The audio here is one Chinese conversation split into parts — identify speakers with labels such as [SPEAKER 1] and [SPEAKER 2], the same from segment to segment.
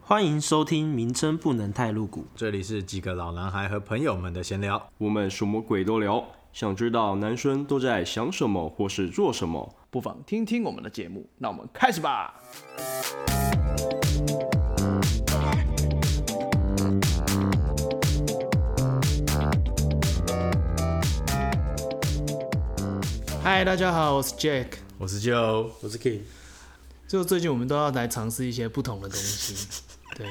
[SPEAKER 1] 欢迎收听，名称不能太露骨。
[SPEAKER 2] 这里是几个老男孩和朋友们的闲聊，
[SPEAKER 3] 我们什么鬼都聊，想知道男生都在想什么或是做什么。
[SPEAKER 4] 不妨听听我们的节目。那我们开始吧。嗨，大家好，我是 Jack。
[SPEAKER 2] 我是 Joe。
[SPEAKER 1] 我是 King，
[SPEAKER 4] 就最近我们都要来尝试一些不同的东西，对。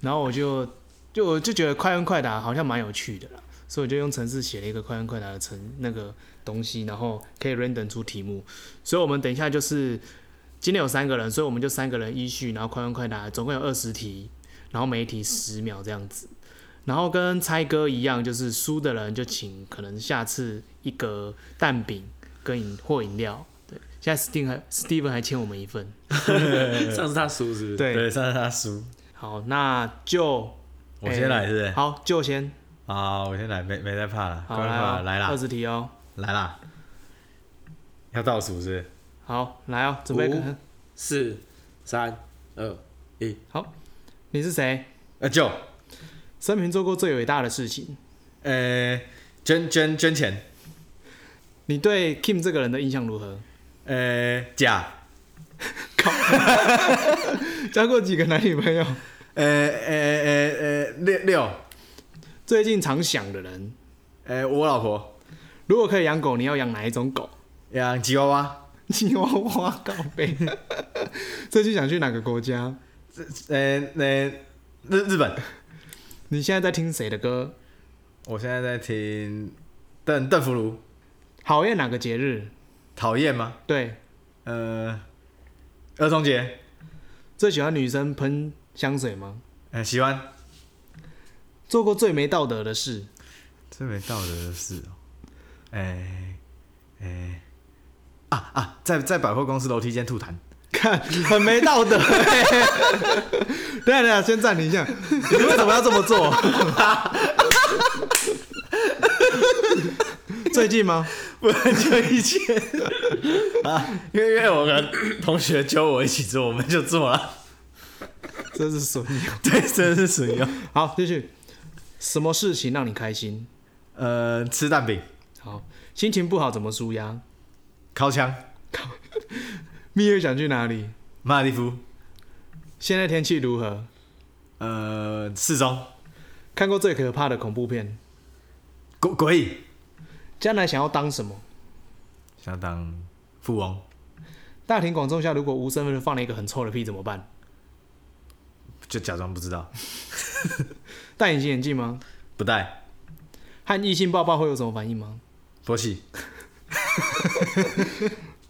[SPEAKER 4] 然后我就就我就觉得快问快答好像蛮有趣的啦，所以我就用程式写了一个快问快答的程那个东西，然后可以 random 出题目。所以我们等一下就是今天有三个人，所以我们就三个人依序，然后快问快答，总共有二十题，然后每一题十秒这样子。然后跟猜歌一样，就是输的人就请可能下次一个蛋饼跟饮或饮料。对，现在 Steven 还 Steven 还欠我们一份。
[SPEAKER 1] 上次他输是不是？
[SPEAKER 4] 对
[SPEAKER 2] 对，上次他输，
[SPEAKER 4] 好，那就哎
[SPEAKER 2] 我先来是不是？
[SPEAKER 4] 好，就先
[SPEAKER 2] 啊，我先来，没没在怕了，快
[SPEAKER 4] 好
[SPEAKER 2] 快快来
[SPEAKER 4] 二
[SPEAKER 2] 哎啦，
[SPEAKER 4] 十题哦。
[SPEAKER 2] 来啦，要倒数是
[SPEAKER 4] 好，来哦，准备
[SPEAKER 1] 五。四、三、二、一。
[SPEAKER 4] 好，你是谁？
[SPEAKER 2] 不是？呃，就，
[SPEAKER 4] 生平做过最伟大的事情？
[SPEAKER 2] 呃，捐捐捐钱，
[SPEAKER 4] 你对 Kim 这个人的印象如 何？
[SPEAKER 2] 呃，假，
[SPEAKER 4] 交过几个男女朋友？
[SPEAKER 2] 呃呃呃呃六六，
[SPEAKER 4] 最近常想的人？
[SPEAKER 2] 呃，我老婆
[SPEAKER 4] 如果可以养狗，你要养哪一种狗？
[SPEAKER 2] 养吉娃娃，
[SPEAKER 4] 吉娃娃告白。 最近想去哪个国家？
[SPEAKER 2] 呃呃日日本，
[SPEAKER 4] 你现在在听谁的歌？
[SPEAKER 2] 我现在在听邓邓福如，
[SPEAKER 4] 讨厌哪个节日？
[SPEAKER 2] 讨厌吗？
[SPEAKER 4] 对，
[SPEAKER 2] 呃，儿童节，
[SPEAKER 4] 最喜欢女生喷香水吗？
[SPEAKER 2] 呃，喜欢。
[SPEAKER 4] 做过最没道德的事？
[SPEAKER 2] 最没道德的事哦、哎、哎、啊啊，在在百货公司楼梯间吐 痰，
[SPEAKER 4] 看，很没道德、欸。等一下等一下，先暂停一下，你为什么要这么做？最近吗？
[SPEAKER 2] 不然就一起 啊，因为因为我跟同学揪我一起做，我们就做了。
[SPEAKER 4] 这是损友。
[SPEAKER 2] 对，真的是哦损友。
[SPEAKER 4] 好，继续。什么事情让你开心？
[SPEAKER 2] 呃，吃蛋饼，
[SPEAKER 4] 好，心情不好怎么舒压？
[SPEAKER 2] 烤枪，
[SPEAKER 4] 蜜月想去哪里？
[SPEAKER 2] 马尔蒂夫，
[SPEAKER 4] 现在天气如何？
[SPEAKER 2] 呃，四中，
[SPEAKER 4] 看过最可怕的恐怖片？
[SPEAKER 2] 鬼鬼影，
[SPEAKER 4] 将来想要当什么？
[SPEAKER 2] 想当富翁，
[SPEAKER 4] 大庭广众下，如果无身份的放了一个很臭的屁怎么办？
[SPEAKER 2] 就假装不知道，
[SPEAKER 4] 戴隐形眼镜吗？
[SPEAKER 2] 不带，
[SPEAKER 4] 和异性抱抱会有什么反应吗？
[SPEAKER 2] 佛系，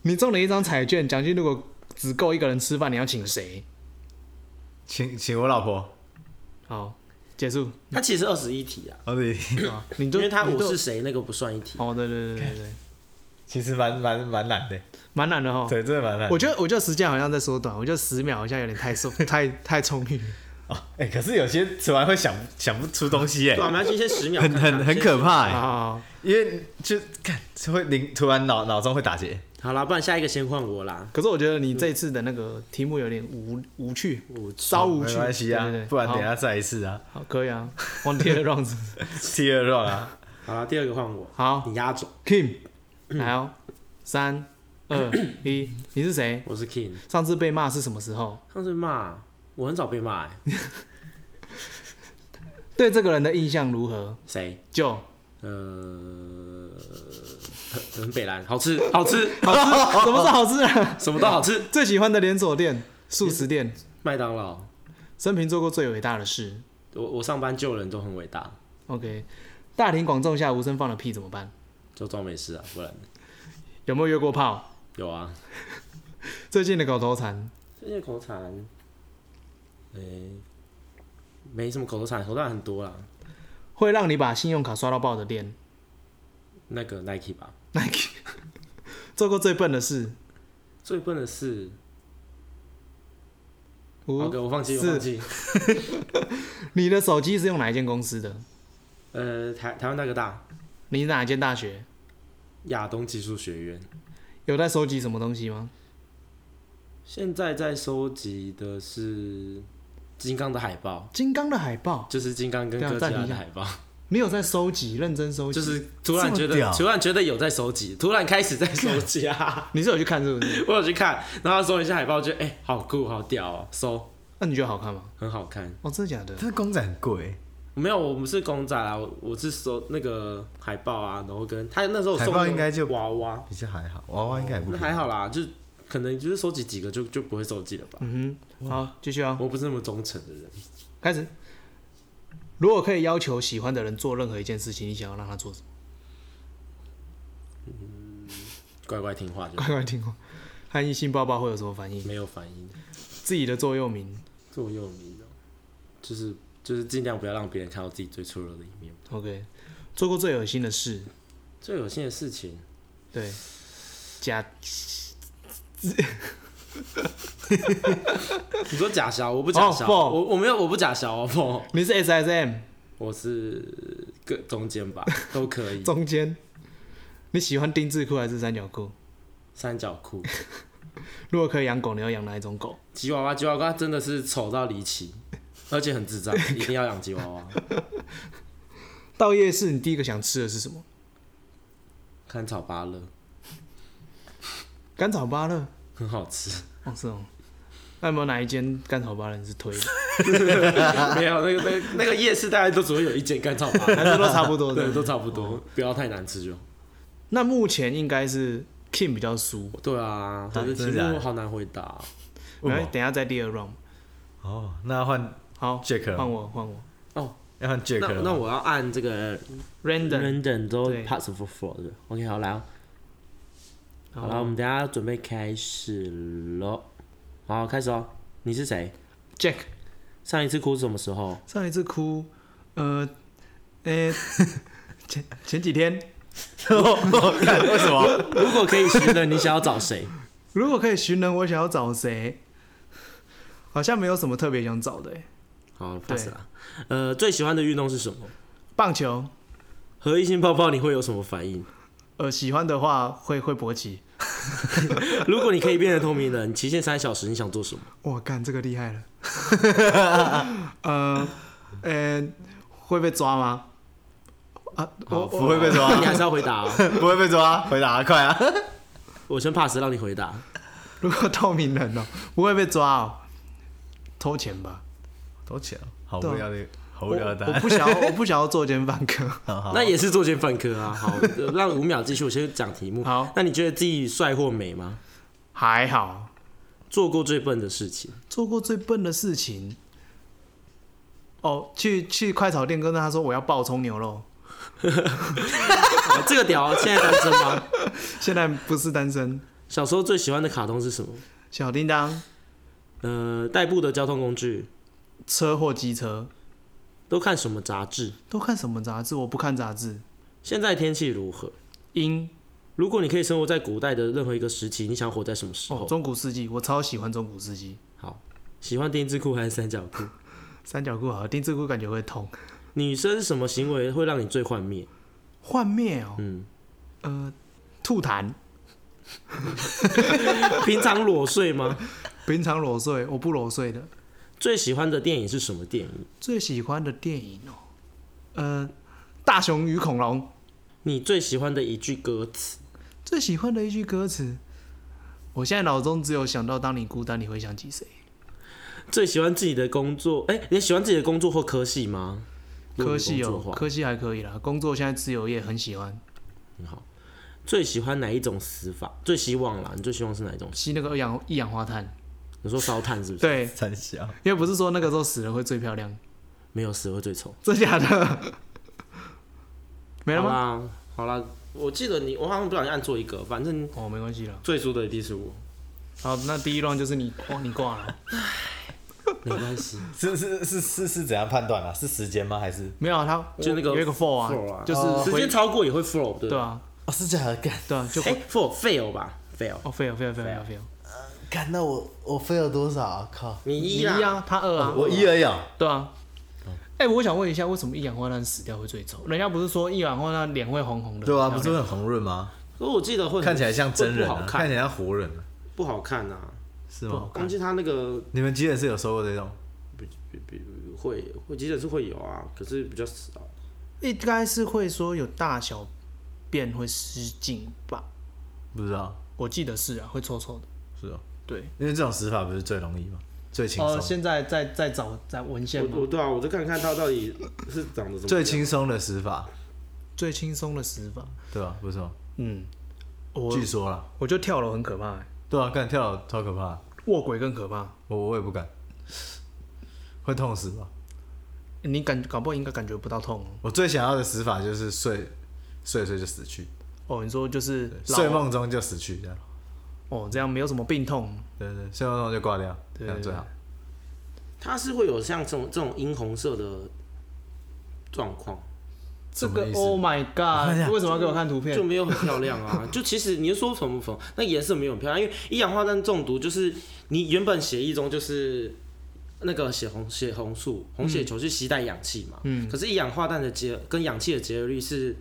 [SPEAKER 4] 你中了一张彩券，奖金如果只够一个人吃饭，你要请谁？
[SPEAKER 2] 请请我老婆，
[SPEAKER 4] 好，结 束。
[SPEAKER 1] 他其实二十一题啊，
[SPEAKER 2] 我得。
[SPEAKER 4] 你就
[SPEAKER 1] 因为他
[SPEAKER 4] 你就
[SPEAKER 1] 我是谁那个不算一题。
[SPEAKER 4] 哦，对对对对对，
[SPEAKER 2] 其实蛮蛮蛮懒的，
[SPEAKER 4] 蛮难的哈。
[SPEAKER 2] 对，真的蛮懒的。
[SPEAKER 4] 哦我觉得我觉得时间好像在缩短，我觉得十秒好像有点 太松太太充裕了。
[SPEAKER 2] 哦，哎、可是有些吃完会想想不出东西哎
[SPEAKER 1] 对，啊，我们要先十秒看
[SPEAKER 2] 很
[SPEAKER 1] 看，
[SPEAKER 2] 很很
[SPEAKER 1] 先
[SPEAKER 2] 可怕
[SPEAKER 4] 好
[SPEAKER 2] 哎，
[SPEAKER 4] 好好
[SPEAKER 2] 因为就看会灵突然脑脑中会打结。
[SPEAKER 1] 好啦，不然下一个先换我啦。
[SPEAKER 4] 可是我觉得你这次的那个题目有点无无趣，
[SPEAKER 1] 我
[SPEAKER 4] 稍无
[SPEAKER 2] 没
[SPEAKER 4] 趣。
[SPEAKER 2] 关系啊，
[SPEAKER 4] 对对对
[SPEAKER 2] 不然等一
[SPEAKER 4] 好
[SPEAKER 2] 下再一次啊，
[SPEAKER 4] 好可以啊。往第二 round，
[SPEAKER 2] 第二 round 啊，
[SPEAKER 1] 好啦，第二个换我，
[SPEAKER 4] 好
[SPEAKER 1] 你压轴。
[SPEAKER 4] ，Kim，来哦，三二一，你是谁？
[SPEAKER 1] 我是 King，
[SPEAKER 4] 上次被骂是什么时候？
[SPEAKER 1] 上次骂我很早被骂、欸，
[SPEAKER 4] 对这个人的印象如何？
[SPEAKER 1] 谁？
[SPEAKER 4] 就
[SPEAKER 1] 呃，很很北蓝，好吃，好吃，
[SPEAKER 4] 好吃，什么是好吃啊？
[SPEAKER 1] 什么都好吃。
[SPEAKER 4] 最喜欢的连锁店、素食店，
[SPEAKER 1] 麦当劳，
[SPEAKER 4] 生平做过最伟大的事。
[SPEAKER 1] 我我上班救人都很伟大，
[SPEAKER 4] OK，大庭广众下无声放了屁怎么办？
[SPEAKER 1] 就装没事啊，不然
[SPEAKER 4] 有没有约过炮？
[SPEAKER 1] 有啊。
[SPEAKER 4] 最近的口头禅，
[SPEAKER 1] 最近口馋，诶、没什么口头禅，口头禅很多啦。
[SPEAKER 4] 会让你把信用卡刷到爆的店。
[SPEAKER 1] 那个 Nike 吧，
[SPEAKER 4] Nike，做过最笨的事。
[SPEAKER 1] 最笨的是，好
[SPEAKER 4] 五，
[SPEAKER 1] 的，我放弃，我
[SPEAKER 4] 四
[SPEAKER 1] 放弃。
[SPEAKER 4] 哦你的手机是用哪一间公司的？
[SPEAKER 1] 呃，台台湾大哥大
[SPEAKER 4] 你是哪一间大学？
[SPEAKER 1] 亚东技术学院，
[SPEAKER 4] 有在收集什么东西吗？
[SPEAKER 1] 现在在收集的是金刚的海报，
[SPEAKER 4] 金刚的海报
[SPEAKER 1] 就是金刚跟
[SPEAKER 4] 对啊
[SPEAKER 1] 哥吉
[SPEAKER 4] 暂
[SPEAKER 1] 拉
[SPEAKER 4] 停一
[SPEAKER 1] 的
[SPEAKER 4] 下
[SPEAKER 1] 海报，
[SPEAKER 4] 没有在收集，认真收集，
[SPEAKER 1] 就是突然觉
[SPEAKER 2] 这么
[SPEAKER 1] 得
[SPEAKER 2] 屌
[SPEAKER 1] 突然觉得有在收集，突然开始在收集 啊！
[SPEAKER 4] 你是有去看是不是？
[SPEAKER 1] 我有去看，然后搜一下海报，觉得哎、好酷好屌哦，搜
[SPEAKER 4] 那你觉得好看吗？
[SPEAKER 1] 很好看。
[SPEAKER 4] 哦，真的假的？
[SPEAKER 2] 它的公仔很贵，
[SPEAKER 1] 没有，我不是公仔啊啦，我我是搜那个海报啊，然后跟他那时候
[SPEAKER 2] 海
[SPEAKER 1] 送
[SPEAKER 2] 报
[SPEAKER 1] 那
[SPEAKER 2] 应该就
[SPEAKER 1] 种娃娃，
[SPEAKER 2] 比较还好，娃娃应该也不
[SPEAKER 1] 那
[SPEAKER 2] 便宜
[SPEAKER 1] 还好啦，就可能就是收集几个就就不会收集了吧。
[SPEAKER 4] 嗯哼，好，继续啊，
[SPEAKER 1] 我不是那么忠诚的人，
[SPEAKER 4] 开始。如果可以要求喜欢的人做任何一件事情，你想要让他做什么？
[SPEAKER 1] 乖乖听话就
[SPEAKER 4] 乖乖听话。和异性抱抱会有什么反应？
[SPEAKER 1] 没有反应。
[SPEAKER 4] 自己的座右铭。
[SPEAKER 1] 座右铭哦，就是就是尽量不要让别人看到自己最脆弱的一面。
[SPEAKER 4] OK，做过最恶心的事。
[SPEAKER 1] 最恶心的事情，
[SPEAKER 4] 对，假
[SPEAKER 1] 你说假小，我不假小，
[SPEAKER 4] 哦不
[SPEAKER 1] 我我没有我不假小哦，不，
[SPEAKER 4] 你是 S S M
[SPEAKER 1] 我是各中间吧，都可以。
[SPEAKER 4] 中间，你喜欢丁字裤还是三角裤？
[SPEAKER 1] 三角裤，
[SPEAKER 4] 如果可以养狗，你要养哪一种狗？
[SPEAKER 1] 吉娃娃，吉娃娃真的是丑到离奇，而且很智 障，一定要养吉娃娃。
[SPEAKER 4] 到夜市，你第一个想吃的是什么？
[SPEAKER 1] 看草芭乐，
[SPEAKER 4] 甘草芭乐。
[SPEAKER 1] 很好 吃。
[SPEAKER 4] 哦，是哦。那有没有哪一间甘草芭乐你是 推的？
[SPEAKER 1] 没有那个那个那个夜市，大家都只会有一间干草芭乐，
[SPEAKER 4] 还是都差不多
[SPEAKER 1] 对，哦
[SPEAKER 4] 的？
[SPEAKER 1] 都差不多，不要太难吃就好。
[SPEAKER 4] 那目前应该是 Kim 比较输，
[SPEAKER 1] 对啊，可是题
[SPEAKER 2] 真的假
[SPEAKER 1] 目
[SPEAKER 2] 的
[SPEAKER 1] 好难回答。
[SPEAKER 2] 为什
[SPEAKER 4] 然
[SPEAKER 2] 么
[SPEAKER 4] 后等一下再第二 round。
[SPEAKER 2] 哦，那要换
[SPEAKER 4] 好
[SPEAKER 2] Jack
[SPEAKER 1] 啊
[SPEAKER 2] 了
[SPEAKER 4] 换我换我
[SPEAKER 2] 要换 Jack
[SPEAKER 1] 那
[SPEAKER 2] 了
[SPEAKER 1] 那我要按这个
[SPEAKER 4] random。
[SPEAKER 1] random 都
[SPEAKER 4] 对
[SPEAKER 1] pass for four 的。OK，好来哦，好了，我
[SPEAKER 4] 好
[SPEAKER 1] 们等一下准备开始喽。好，开始哦。你是谁？
[SPEAKER 4] Jack
[SPEAKER 1] 上一次哭是什么时候？
[SPEAKER 4] 上一次哭， 呃，呃、前前几天，
[SPEAKER 2] 我看为什么？
[SPEAKER 1] 如果可以寻人，你想要找谁？
[SPEAKER 4] 如果可以寻人，我想要找谁？好像没有什么特别想找的欸，
[SPEAKER 1] 好，pass 啦。呃，最喜欢的运动是什么？
[SPEAKER 4] 棒球。
[SPEAKER 1] 和异性泡泡你会有什么反 应？
[SPEAKER 4] 呃，喜欢的话会会勃起。
[SPEAKER 1] 如果你可以变成透明人，期限三小时，你想做 什么？
[SPEAKER 4] 哇，干这个厉害了。 呃，呃，会被抓吗？啊，
[SPEAKER 1] 好
[SPEAKER 4] 我
[SPEAKER 2] 不会被抓，
[SPEAKER 4] 啊
[SPEAKER 2] 啊
[SPEAKER 1] 你还是要回答哦。
[SPEAKER 2] 不会被抓，回答快啊！
[SPEAKER 1] 我先 pass 让你回答。
[SPEAKER 4] 如果透明人哦、不会被抓哦、偷钱吧。
[SPEAKER 2] 多巧，好
[SPEAKER 4] 对啊
[SPEAKER 2] 无聊的，好无
[SPEAKER 4] 我
[SPEAKER 2] 聊的答
[SPEAKER 4] 我
[SPEAKER 2] 案。
[SPEAKER 4] 不想要，我不想要作奸犯科。
[SPEAKER 2] 好好，
[SPEAKER 1] 那也是作奸犯科啊。好，呃让五秒继续，我先讲题目。
[SPEAKER 4] 好，
[SPEAKER 1] 那你觉得自己帅或美吗？
[SPEAKER 4] 还好，
[SPEAKER 1] 做过最笨的事情，
[SPEAKER 4] 做过最笨的事情。哦，去去快炒店跟他说我要爆葱牛肉，
[SPEAKER 1] 啊这个屌，现在单身吗？
[SPEAKER 4] 现在不是单身，
[SPEAKER 1] 小时候最喜欢的卡通是什么？
[SPEAKER 4] 小叮当
[SPEAKER 1] 呃，代步的交通工具，
[SPEAKER 4] 车或机车
[SPEAKER 1] 都看什么杂志？
[SPEAKER 4] 都看什么杂志？我不看杂志。
[SPEAKER 1] 现在天气如何？
[SPEAKER 4] 英
[SPEAKER 1] 如果你可以生活在古代的任何一个时期，你想活在什么时候？
[SPEAKER 4] 哦，中古世纪，我超喜欢中古世纪。
[SPEAKER 1] 好，喜欢丁字裤还是三角裤？
[SPEAKER 4] 三角裤好了，丁字裤感觉会痛。
[SPEAKER 1] 女生什么行为会让你最幻灭？
[SPEAKER 4] 幻灭哦，
[SPEAKER 1] 嗯，
[SPEAKER 4] 呃，吐痰，
[SPEAKER 1] 平常裸睡吗？
[SPEAKER 4] 平常裸睡，我不裸睡的。
[SPEAKER 1] 最喜欢的电影是什么电影？
[SPEAKER 4] 最喜欢的电影哦，呃，大雄与恐龙。
[SPEAKER 1] 你最喜欢的一句歌词？
[SPEAKER 4] 最喜欢的一句歌词，我现在脑中只有想到“当你孤单，你会想起谁
[SPEAKER 1] 最喜欢自己的工作？哎、你喜欢自己的工作或科系吗？”。如果
[SPEAKER 4] 科
[SPEAKER 1] 你
[SPEAKER 4] 系
[SPEAKER 1] 工
[SPEAKER 4] 有
[SPEAKER 1] 作的话
[SPEAKER 4] 科系还可以啦，工作现在自由业很喜欢，
[SPEAKER 1] 很好。最喜欢哪一种死法？最希望啦，你最希望是哪一种？
[SPEAKER 4] 吸那个二氧一氧化碳。
[SPEAKER 1] 你说烧炭是不是？，
[SPEAKER 4] 对，
[SPEAKER 2] 三小，
[SPEAKER 4] 因为不是说那个时候死了会最漂亮，
[SPEAKER 1] 没有死会最丑。
[SPEAKER 4] 真假的？ 没了
[SPEAKER 1] 好
[SPEAKER 4] 吗？
[SPEAKER 1] 啦，哎好啦，我记得你，我好像不小心按错一个，反正
[SPEAKER 4] 哦，没关系了。
[SPEAKER 1] 最输的一定是我，
[SPEAKER 4] 好，那第一 round 就是你，哦，你挂了。
[SPEAKER 1] 没关系。
[SPEAKER 2] 是是是是是怎样判断啊？是时间吗？还是
[SPEAKER 4] 没有啊，他
[SPEAKER 1] 就那个
[SPEAKER 4] 有一个 four 啊，
[SPEAKER 1] floor 啊
[SPEAKER 4] 就是
[SPEAKER 1] 时
[SPEAKER 4] 回
[SPEAKER 1] 间超过也会 flow，对
[SPEAKER 4] 对
[SPEAKER 1] 吧？
[SPEAKER 4] 啊，
[SPEAKER 2] 哦是这样的干
[SPEAKER 4] 对啊，就
[SPEAKER 1] 哎、
[SPEAKER 4] 回
[SPEAKER 1] f l o w fail 吧，fail。
[SPEAKER 4] 哦 fail fail fail fail，
[SPEAKER 2] 干？那我我飞了多少啊？靠，
[SPEAKER 1] 你
[SPEAKER 4] 你
[SPEAKER 1] 一
[SPEAKER 4] 一
[SPEAKER 1] 啦，
[SPEAKER 4] 啊，他二啊，
[SPEAKER 2] 我一而已啊。
[SPEAKER 4] 对啊。哎、我想问一下，为什么一氧化碳死掉会最丑？人家不是说一氧化碳脸会红红的？
[SPEAKER 2] 对啊，
[SPEAKER 4] 很
[SPEAKER 2] 不
[SPEAKER 4] 漂
[SPEAKER 2] 是
[SPEAKER 4] 亮
[SPEAKER 2] 很红润吗？
[SPEAKER 1] 可我记得会很
[SPEAKER 2] 看起来像真
[SPEAKER 1] 会
[SPEAKER 2] 人
[SPEAKER 1] 不
[SPEAKER 2] 啊，
[SPEAKER 1] 好
[SPEAKER 2] 看
[SPEAKER 1] 看，
[SPEAKER 2] 起来像活人啊，
[SPEAKER 1] 不好看啊。
[SPEAKER 2] 是
[SPEAKER 4] 不好
[SPEAKER 2] 吗？
[SPEAKER 1] 忘
[SPEAKER 4] 看。
[SPEAKER 1] 记他那个
[SPEAKER 2] 你们急诊室有收过这种？
[SPEAKER 1] 不比比会会急诊室会有啊，可是比较少。
[SPEAKER 4] 应该是会说有大小便会失禁吧，
[SPEAKER 2] 不知道
[SPEAKER 4] 我记得是啊，会臭臭的。
[SPEAKER 2] 是哦，
[SPEAKER 4] 对，
[SPEAKER 2] 因为这种死法不是最容易吗？最轻
[SPEAKER 4] 哦，
[SPEAKER 2] 松，
[SPEAKER 4] 现在在在找在文献
[SPEAKER 1] 我我
[SPEAKER 4] 吗？
[SPEAKER 1] 对啊，我就看看他到底是长得怎么样。
[SPEAKER 2] 最轻松的死法，
[SPEAKER 4] 最轻松的死法，
[SPEAKER 2] 对吧、不是吗？
[SPEAKER 4] 嗯，我
[SPEAKER 2] 据说啦，
[SPEAKER 4] 我就跳楼很可怕、欸，
[SPEAKER 2] 对啊，干跳楼超可怕，
[SPEAKER 4] 卧轨更可怕。
[SPEAKER 2] 我我也不敢，会痛死吧？
[SPEAKER 4] 欸你感搞不好应该感觉不到痛
[SPEAKER 2] 我最想要的死法就是睡睡睡就死去，
[SPEAKER 4] 哦。哦你说就是
[SPEAKER 2] 对
[SPEAKER 4] 老
[SPEAKER 2] 睡梦中就死去这样，
[SPEAKER 4] 哦，这样没有什么病痛，
[SPEAKER 2] 对对，睡梦中就挂掉，这
[SPEAKER 4] 对
[SPEAKER 2] 样最好。
[SPEAKER 1] 它是会有像这种这种殷红色的状况，
[SPEAKER 4] 这
[SPEAKER 2] 什
[SPEAKER 4] 个
[SPEAKER 2] 么意思
[SPEAKER 4] Oh my
[SPEAKER 2] 看一
[SPEAKER 4] God！
[SPEAKER 2] 下
[SPEAKER 4] 为什么要给我看图片
[SPEAKER 1] 就？没有很漂亮 啊。就其实你就说粉不粉，那颜色没有很漂亮，因为一氧化碳中毒就是你原本血液中就是那个血红血红素红血球去吸带氧气嘛，
[SPEAKER 4] 嗯
[SPEAKER 1] 可是一氧化碳的结跟氧气的结合率是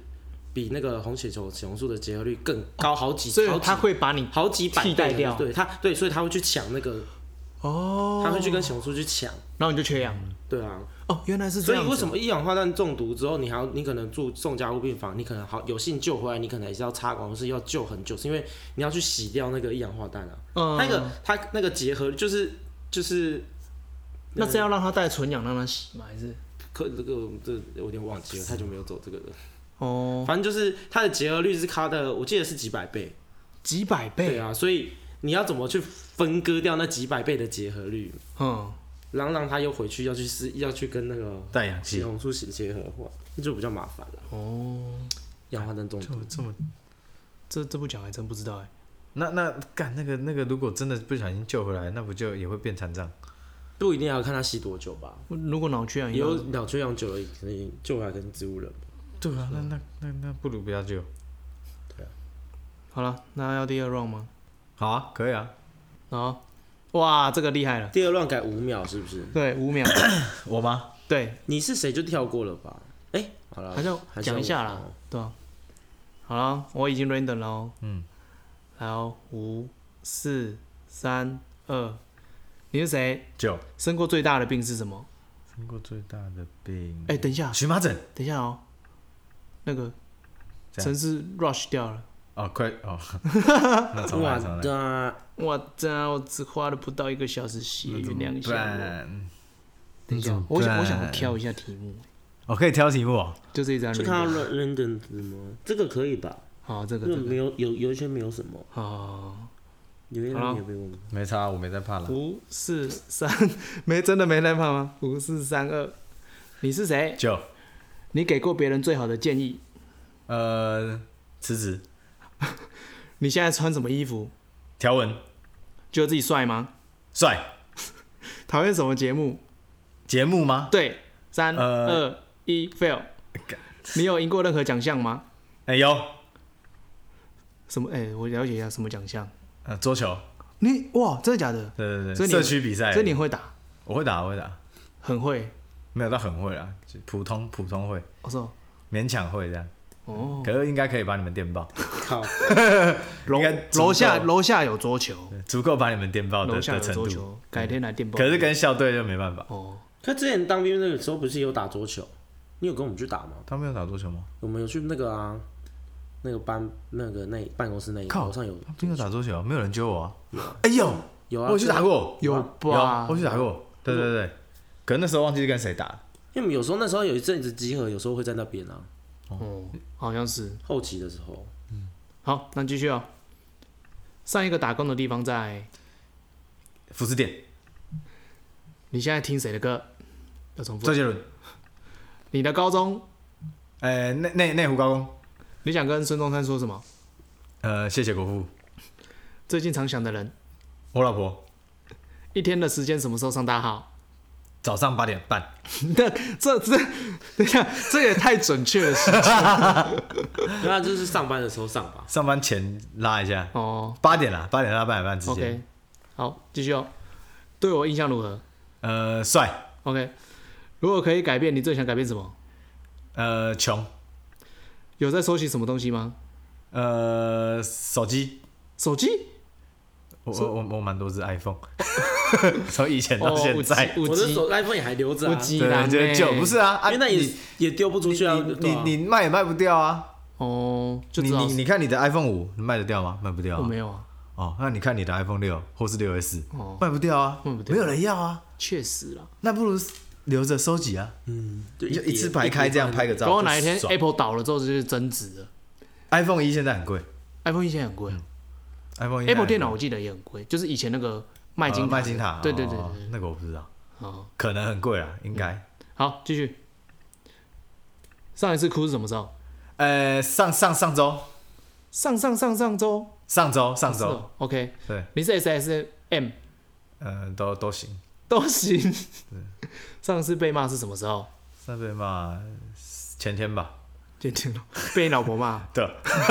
[SPEAKER 1] 比那个红血球血红素的结合率更高好几，
[SPEAKER 4] 所以
[SPEAKER 1] 好几
[SPEAKER 4] 他会把你
[SPEAKER 1] 好几百倍
[SPEAKER 4] 替代掉
[SPEAKER 1] 对他对，所以他会去抢那个，
[SPEAKER 4] 哦，
[SPEAKER 1] 他会去跟血红素去抢，
[SPEAKER 4] 然后你就缺氧
[SPEAKER 1] 对啊，
[SPEAKER 4] 哦，原来是这
[SPEAKER 1] 所以
[SPEAKER 4] 样子。
[SPEAKER 1] 为什么一氧化碳中毒之后，你还要你可能住送加护病房，你可能好有幸救回来，你可能也是要插管，或是要救很久，是因为你要去洗掉那个一氧化碳啊。
[SPEAKER 4] 嗯
[SPEAKER 1] 那个它那个结合就是就是
[SPEAKER 4] 那这要让他带纯氧让他洗吗？还是
[SPEAKER 1] 可这个这我有点忘记了，太久没有走这个了。
[SPEAKER 4] 哦
[SPEAKER 1] 反正就是它的结合率是它的，我记得是几百倍。
[SPEAKER 4] 几百
[SPEAKER 1] 对
[SPEAKER 4] 倍？
[SPEAKER 1] 啊，所以你要怎么去分割掉那几百倍的结合率，
[SPEAKER 4] 嗯，
[SPEAKER 1] 然后让它又回去要去是要去跟那个
[SPEAKER 2] 带氧
[SPEAKER 1] 血
[SPEAKER 2] 气，哦
[SPEAKER 1] 红素血结合的话，那就比较麻烦了。
[SPEAKER 4] 哦，
[SPEAKER 1] 一氧化碳中毒
[SPEAKER 2] 就这么
[SPEAKER 4] 这这不讲还真不知道哎。
[SPEAKER 2] 那那干那个那个，如果真的不小心救回来，那不就也会变残障？
[SPEAKER 1] 不一定要看它吸多久吧。
[SPEAKER 4] 如果脑缺啊氧，
[SPEAKER 1] 有鸟缺氧久了，可能救回来可能植物人吧。
[SPEAKER 2] 对啊，那那那那不如不要救。
[SPEAKER 4] 好了，那要第二 round 吗？
[SPEAKER 2] 好啊，可以啊。
[SPEAKER 4] 好，哇，这个厉害了，
[SPEAKER 1] 第二乱改五秒是不是？
[SPEAKER 4] 对，五秒，
[SPEAKER 2] 我吗？
[SPEAKER 4] 对，
[SPEAKER 1] 你是谁就跳过了吧？哎、好了，
[SPEAKER 4] 还是要
[SPEAKER 1] 还是要
[SPEAKER 4] 讲一下啦
[SPEAKER 1] 我，
[SPEAKER 4] 对啊。好了，我已经 render 了哦。
[SPEAKER 2] 嗯。
[SPEAKER 4] 来哦，五、四、三、二，你是谁？
[SPEAKER 2] 救。
[SPEAKER 4] 生过最大的病是什么？
[SPEAKER 2] 生过最大的病，
[SPEAKER 4] 哎、等一下，
[SPEAKER 2] 荨麻疹。
[SPEAKER 4] 等一下哦，那个
[SPEAKER 2] 这样
[SPEAKER 4] 城市 rush 掉了。
[SPEAKER 2] 哦，快哦。 那哦重来，重
[SPEAKER 1] 哇啊
[SPEAKER 2] 来。
[SPEAKER 1] 的，
[SPEAKER 4] 哇真我只花了不到一个小时写，
[SPEAKER 2] 那怎
[SPEAKER 4] 原
[SPEAKER 2] 么
[SPEAKER 4] 谅一下
[SPEAKER 2] 办？
[SPEAKER 4] 我。等一下
[SPEAKER 2] 那怎么，
[SPEAKER 4] 我想我想
[SPEAKER 2] 办
[SPEAKER 4] 挑一下题目，
[SPEAKER 2] 我可以挑题目哦。
[SPEAKER 4] 就这一张
[SPEAKER 1] 就看到啊
[SPEAKER 4] render。
[SPEAKER 1] London 什么？这个可以吧？
[SPEAKER 4] 好，这个
[SPEAKER 2] 嗯
[SPEAKER 1] 这个
[SPEAKER 4] 这个
[SPEAKER 1] 没，有有有一些没有什么，
[SPEAKER 4] 好，
[SPEAKER 1] 有一些
[SPEAKER 4] 好
[SPEAKER 1] 没有被问过。
[SPEAKER 2] 没差，我没在怕了。
[SPEAKER 4] 五四三， 没真的没在怕吗？五四三二，你是谁？
[SPEAKER 2] 救。
[SPEAKER 4] 你给过别人最好的建议，
[SPEAKER 2] 呃，辞职，
[SPEAKER 4] 你现在穿什么衣服？
[SPEAKER 2] 条纹，
[SPEAKER 4] 觉得自己帅吗？
[SPEAKER 2] 帅。
[SPEAKER 4] 讨厌什么节目？
[SPEAKER 2] 节目吗？
[SPEAKER 4] 对，三、
[SPEAKER 2] 呃
[SPEAKER 4] 二一，fail。你有赢过任何奖项吗？
[SPEAKER 2] 哎有。
[SPEAKER 4] 什么？哎、我了解一下什么奖项。
[SPEAKER 2] 呃，桌球。
[SPEAKER 4] 你哇，真的假的？
[SPEAKER 2] 对对对，
[SPEAKER 4] 所以你
[SPEAKER 2] 社区比赛
[SPEAKER 4] 所。以你会打，
[SPEAKER 2] 我会打，我会打，
[SPEAKER 4] 很会。
[SPEAKER 2] 没有到很会啊，就普通普通会，
[SPEAKER 4] 我说
[SPEAKER 2] 勉强会这样。
[SPEAKER 4] 哦，
[SPEAKER 2] 可是应该可以把你们电爆，
[SPEAKER 1] 靠，
[SPEAKER 4] 楼
[SPEAKER 2] 应该足够
[SPEAKER 4] 楼下楼下有桌球，
[SPEAKER 2] 足够把你们电爆的
[SPEAKER 4] 楼下
[SPEAKER 2] 的
[SPEAKER 4] 有
[SPEAKER 2] 程
[SPEAKER 4] 桌
[SPEAKER 2] 度。
[SPEAKER 4] 球，改天来电报。
[SPEAKER 2] 可是跟校队就没办法。
[SPEAKER 4] 哦，
[SPEAKER 1] 他之前当兵那个时候不是有打桌球？你有跟我们去打吗？
[SPEAKER 2] 他们有打桌球吗？
[SPEAKER 1] 我们有去那个啊，那个班那个那办公室那一
[SPEAKER 2] 靠
[SPEAKER 1] 楼上有
[SPEAKER 2] 他们有打桌球，没有人揪我啊。哎呦，
[SPEAKER 1] 有啊，
[SPEAKER 2] 我有去打过，
[SPEAKER 4] 有吧
[SPEAKER 2] 有啊我？去打过。对对对，可是那时候忘记是跟谁打了。
[SPEAKER 1] 因为我们有时候那时候有一阵子集合，有时候会在那边啊，
[SPEAKER 4] 哦，好像是。
[SPEAKER 1] 后期的时候。
[SPEAKER 4] 好，那继续哦。上一个打工的地方在
[SPEAKER 2] 服饰店，
[SPEAKER 4] 你现在听谁的歌？要重复
[SPEAKER 2] 周。杰伦，
[SPEAKER 4] 你的高中，
[SPEAKER 2] 呃，内内内湖高工，
[SPEAKER 4] 你想跟孙中山说什么？
[SPEAKER 2] 呃，谢谢国父，
[SPEAKER 4] 最近常想的人，
[SPEAKER 2] 我老婆，
[SPEAKER 4] 一天的时间什么时候上大号？
[SPEAKER 2] 早上八点半，
[SPEAKER 4] 那这这，等一下，这也太准确了是
[SPEAKER 1] 那就是上班的时候上吧。
[SPEAKER 2] 上班前拉一下，
[SPEAKER 4] 哦。
[SPEAKER 2] 八点啦，八点到八点半之间。
[SPEAKER 4] OK，好，继续哦。对我印象如何
[SPEAKER 2] 呃，帅，
[SPEAKER 4] ？OK，如果可以改变，你最想改变什么？
[SPEAKER 2] 呃，穷，
[SPEAKER 4] 有在收集什么东西吗？
[SPEAKER 2] 呃，手机，
[SPEAKER 4] 手机？
[SPEAKER 2] 我我我我蛮多只 iPhone，从以前到现在，
[SPEAKER 4] 哦五
[SPEAKER 1] 我的
[SPEAKER 4] 级
[SPEAKER 1] 手 iPhone 也还留着、
[SPEAKER 4] 五
[SPEAKER 1] 啊，
[SPEAKER 4] 级
[SPEAKER 2] 对
[SPEAKER 4] 男
[SPEAKER 2] 对，
[SPEAKER 4] 欸
[SPEAKER 2] 就就不是啊，啊
[SPEAKER 1] 因为那也、
[SPEAKER 2] 你
[SPEAKER 1] 也丢不出去啊。对
[SPEAKER 2] 你
[SPEAKER 1] 啊
[SPEAKER 2] 你你卖也卖不掉啊，
[SPEAKER 4] 哦，就
[SPEAKER 2] 你
[SPEAKER 4] 知道
[SPEAKER 2] 你
[SPEAKER 4] 是
[SPEAKER 2] 你看你的 iPhone 五卖得掉吗？卖不掉
[SPEAKER 4] 我
[SPEAKER 2] 啊、
[SPEAKER 4] 没有啊，
[SPEAKER 2] 哦，那你看你的 iPhone 六或是六 S，
[SPEAKER 4] 哦，
[SPEAKER 2] 卖不掉啊，
[SPEAKER 4] 卖不掉
[SPEAKER 2] 没有人要啊，
[SPEAKER 4] 确实啦。
[SPEAKER 2] 那不如留着收集啊，
[SPEAKER 1] 嗯，就
[SPEAKER 2] 你就
[SPEAKER 1] 一
[SPEAKER 2] 一次
[SPEAKER 1] 叠
[SPEAKER 2] 排开这样拍。
[SPEAKER 1] 一叠
[SPEAKER 2] 个照。
[SPEAKER 4] 等我哪一天
[SPEAKER 2] 就爽
[SPEAKER 4] Apple 倒了之后就是增值了。
[SPEAKER 2] iPhone 一现在很贵
[SPEAKER 4] iPhone 一现在很贵啊
[SPEAKER 2] ，iPhone 一现在
[SPEAKER 4] ，Apple
[SPEAKER 2] 嗯很
[SPEAKER 4] 电脑我记得也很贵，就是以前那个麦金
[SPEAKER 2] 呃
[SPEAKER 4] 卡
[SPEAKER 2] 麦
[SPEAKER 4] 的
[SPEAKER 2] 金塔，
[SPEAKER 4] 对对对
[SPEAKER 2] 哦
[SPEAKER 4] 对，
[SPEAKER 2] 那个我不知道，
[SPEAKER 4] 哦，
[SPEAKER 2] 可能很贵啊啦，应该。
[SPEAKER 4] 好，继续。上一次哭是什么时候？嗯
[SPEAKER 2] 呃，上上上周，
[SPEAKER 4] 上上上上周，
[SPEAKER 2] 上周上
[SPEAKER 4] 是
[SPEAKER 2] 周，
[SPEAKER 4] 哦 OK，
[SPEAKER 2] 对，
[SPEAKER 4] 你是 S S M
[SPEAKER 2] 呃，都都行。
[SPEAKER 4] 都行。上次被骂是什么时候？
[SPEAKER 2] 那被骂前天吧，，
[SPEAKER 4] 就听了被你老婆骂
[SPEAKER 2] 对，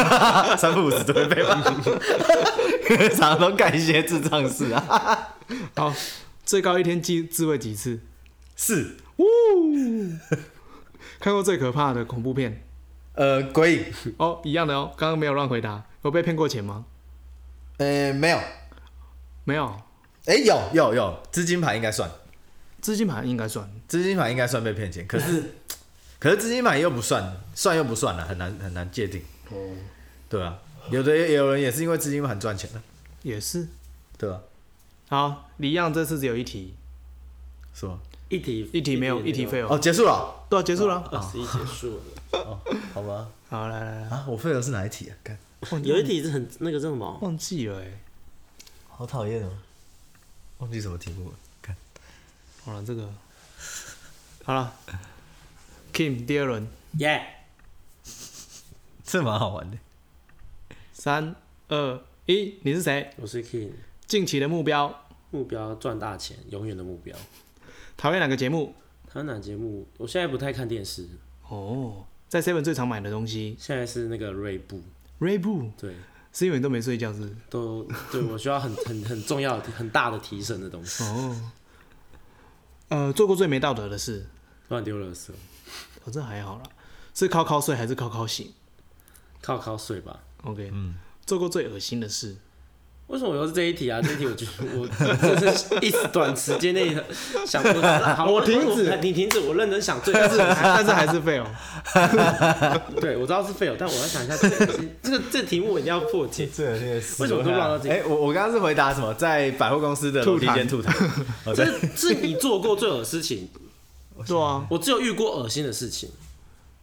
[SPEAKER 2] 三不五时都会被骂， 常常都干一些智障事啊。
[SPEAKER 4] 好，最高一天自自慰几次？
[SPEAKER 2] 是，
[SPEAKER 4] 看过最可怕的恐怖片
[SPEAKER 2] 呃，鬼影，
[SPEAKER 4] 哦，一样的哦，刚刚没有乱回答。有被骗过钱吗？
[SPEAKER 2] 呃，没有，
[SPEAKER 4] 没有，
[SPEAKER 2] 哎，有有有，资金盘应该算，
[SPEAKER 4] 资金盘应该算。
[SPEAKER 2] 资金盘应该算被骗钱，可是可是资金盘又不算，算又不算啊了，很难很难界定。哦，对啊，有的也有人也是因为资金盘赚钱的，啊
[SPEAKER 4] 也是。
[SPEAKER 2] 对啊吧？
[SPEAKER 4] 好，李样这次只有一题，
[SPEAKER 2] 是吗？
[SPEAKER 1] 一题
[SPEAKER 4] 一题没有，一题废
[SPEAKER 1] 有，
[SPEAKER 4] 哦。
[SPEAKER 2] 哦，结束了，
[SPEAKER 4] 对啊，结束了。
[SPEAKER 1] 二十一结束了。
[SPEAKER 2] 哦，好吧。
[SPEAKER 4] 好，来来来，
[SPEAKER 2] 啊，我废了是哪一题啊？干，
[SPEAKER 1] 有一题是很那个叫什么？
[SPEAKER 4] 忘记了哎。
[SPEAKER 2] 好讨厌哦，忘记什么题目了。干，
[SPEAKER 4] 好了，这个好了。Kim 第二轮，
[SPEAKER 1] 耶！
[SPEAKER 2] 这蛮好玩的。
[SPEAKER 4] 三二一，你是谁？
[SPEAKER 1] 我是 King，
[SPEAKER 4] 近期的目标，
[SPEAKER 1] 目标赚大钱，永远的目标。
[SPEAKER 4] 讨厌哪个节目？
[SPEAKER 1] 台湾哪节目？我现在不太看电视，
[SPEAKER 4] 哦，在 Seven 最常买的东西
[SPEAKER 1] 现在是那个锐步，
[SPEAKER 4] ，Ray b
[SPEAKER 1] 对，
[SPEAKER 4] 是因为你都没睡觉是不是？
[SPEAKER 1] 都对我需要很很很重要的很大的提升的东西，
[SPEAKER 4] 哦，呃，做过最没道德的事，
[SPEAKER 1] 乱丢垃圾，
[SPEAKER 4] 哦，这还好啦，是靠靠睡还是靠靠醒
[SPEAKER 1] 靠靠睡吧。
[SPEAKER 4] ？OK，做过最恶心的事，
[SPEAKER 1] 为什么又是这一题啊？这一题我觉得 我真是一时短时间内想不到。好，我
[SPEAKER 2] 我停止
[SPEAKER 1] 我你停止，我认真想最，但是
[SPEAKER 4] 但是还是 废哦。
[SPEAKER 1] 对我知道是 fail，但我要想一下这个这个这题目我一定要破解。
[SPEAKER 2] 这有点死
[SPEAKER 1] 为什么都
[SPEAKER 2] 我看
[SPEAKER 1] 乱到这里
[SPEAKER 2] 哎，我我刚刚是回答什么？在百货公司的楼梯间吐痰。哦
[SPEAKER 1] 这
[SPEAKER 2] 对
[SPEAKER 1] 是你做过最恶心事情，
[SPEAKER 4] 对啊，
[SPEAKER 1] 我只有遇过恶心的事情。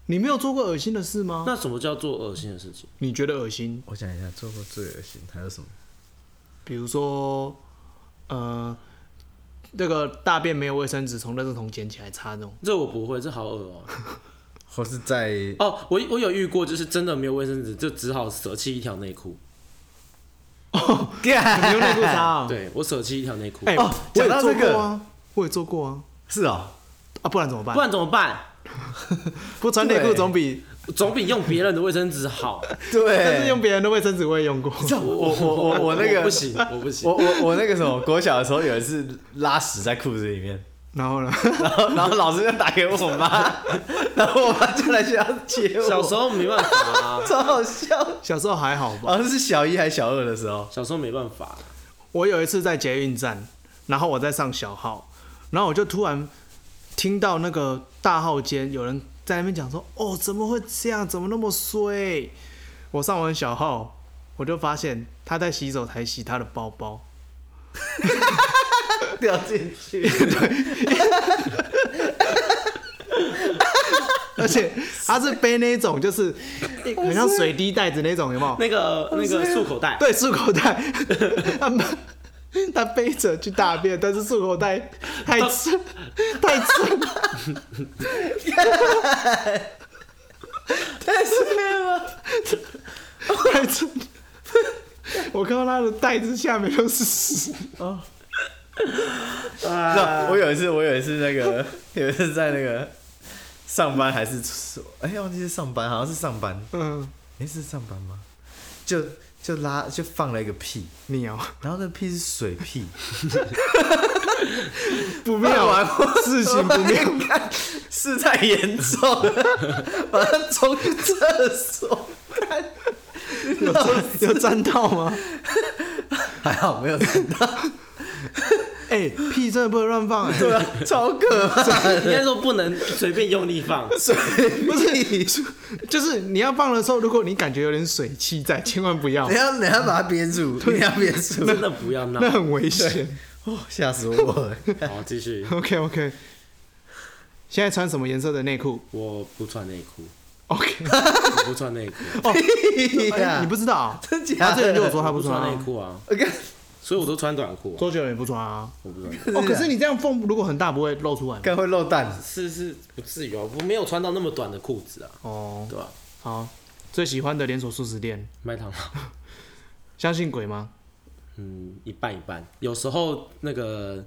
[SPEAKER 4] 你没有做过恶心的事吗？
[SPEAKER 1] 那什么叫做恶心的事情？
[SPEAKER 4] 你觉得恶心？
[SPEAKER 2] 我想一下，做过最恶心还有什么？
[SPEAKER 4] 比如说，呃，那个大便没有卫生纸从垃圾桶捡起来 擦那种，
[SPEAKER 1] 这我不会，这好恶哦、
[SPEAKER 2] 或是 在
[SPEAKER 1] 哦，我我有遇过，就是真的没有卫生纸，就只好舍弃一条内裤。
[SPEAKER 4] 你用内裤擦啊？，
[SPEAKER 1] 对我舍弃一条内裤，
[SPEAKER 4] 哎、
[SPEAKER 2] 哦
[SPEAKER 4] 我也
[SPEAKER 2] 讲到
[SPEAKER 4] 做
[SPEAKER 2] 这个
[SPEAKER 4] 过啊，我也做过啊，
[SPEAKER 2] 是哦，
[SPEAKER 4] 啊，不然怎么办
[SPEAKER 1] 不？然怎么办？
[SPEAKER 4] 不穿内裤
[SPEAKER 2] 对
[SPEAKER 4] 总比，
[SPEAKER 1] 总比用别人的卫生纸好。
[SPEAKER 2] 对，
[SPEAKER 4] 但是用别人的卫生纸我也用过。
[SPEAKER 2] 我我我 我那个
[SPEAKER 1] 不行，我不行
[SPEAKER 2] 我。我我那个什么，国小的时候有一次拉屎在裤子里面，
[SPEAKER 4] 然后呢？
[SPEAKER 2] 然后然后老师就打给我 妈，然后我妈就来学校接我，
[SPEAKER 1] 小时候没办法、啊，
[SPEAKER 2] 超好笑，
[SPEAKER 4] 小时候还好吧。
[SPEAKER 2] 好像是小一还小二的时候，
[SPEAKER 1] 小时候没办法。
[SPEAKER 4] 我有一次在捷运站，然后我在上小号，然后我就突然听到那个大号间有人在那边讲说：“哦，怎么会这样？怎么那么衰？”我上完小号，我就发现他在洗手台洗他的包包。
[SPEAKER 2] 掉进去，
[SPEAKER 4] 而且他是背那种，就是很像水滴袋子那种，有没有？
[SPEAKER 1] 那个那个漱口 袋，
[SPEAKER 4] 对，束口袋， 他们他背着去大便，但是束口袋太 沉，太沉，
[SPEAKER 2] 太帅了。
[SPEAKER 4] 太沉。我看到他的袋子下面都是屎，
[SPEAKER 2] 那 我有一次，我有一次那 个，有一次在那个上班还是哎、忘记是上班，好像是上班，
[SPEAKER 4] 嗯，
[SPEAKER 2] 哎、是上班吗？就就拉就放了一个屁，
[SPEAKER 4] 尿
[SPEAKER 2] 然后那屁是水屁，
[SPEAKER 4] 不啊妙
[SPEAKER 2] 完，
[SPEAKER 4] 事情不妙，
[SPEAKER 2] 事态严 重了，马上冲去厕所，看
[SPEAKER 4] 有沾有沾到吗？
[SPEAKER 2] 还好没有看到。
[SPEAKER 4] 哎、屁真的不能乱放、哎，
[SPEAKER 2] 对啊， 超可怕，
[SPEAKER 1] 应该说不能随便用力 放，
[SPEAKER 2] 不是，
[SPEAKER 4] 就是你要放的时候，如果你感觉有点水汽在，千万不要
[SPEAKER 2] 你，要你要把它憋住，你要憋 住，
[SPEAKER 1] 真的不要闹
[SPEAKER 4] 那。很危险。
[SPEAKER 2] 哦吓死我了！
[SPEAKER 1] 好，继续。
[SPEAKER 4] OK OK，现在穿什么颜色的内裤
[SPEAKER 1] 我不穿内 裤，
[SPEAKER 4] ？OK，
[SPEAKER 1] 我不穿内裤，
[SPEAKER 4] 哎你不知道啊、
[SPEAKER 2] 真假的？
[SPEAKER 4] 他之前就有说他
[SPEAKER 1] 我
[SPEAKER 4] 不
[SPEAKER 1] 不
[SPEAKER 4] 穿、
[SPEAKER 1] 穿内
[SPEAKER 4] 啊，
[SPEAKER 1] 裤啊，
[SPEAKER 2] 我看
[SPEAKER 1] 所以我都穿短裤啊。
[SPEAKER 4] 周杰伦也不穿啊。
[SPEAKER 1] 我不穿，
[SPEAKER 4] 哦，可是你这样缝如果很大，不会露出来吗？
[SPEAKER 2] 看会漏蛋，
[SPEAKER 1] 是是不至于啊，我没有穿到那么短的裤子啊，
[SPEAKER 4] 哦，
[SPEAKER 1] 对吧？
[SPEAKER 4] 好，最喜欢的连锁素食店，
[SPEAKER 1] 麦当劳，
[SPEAKER 4] 相信鬼吗？
[SPEAKER 1] 嗯，一半一半，有时候那个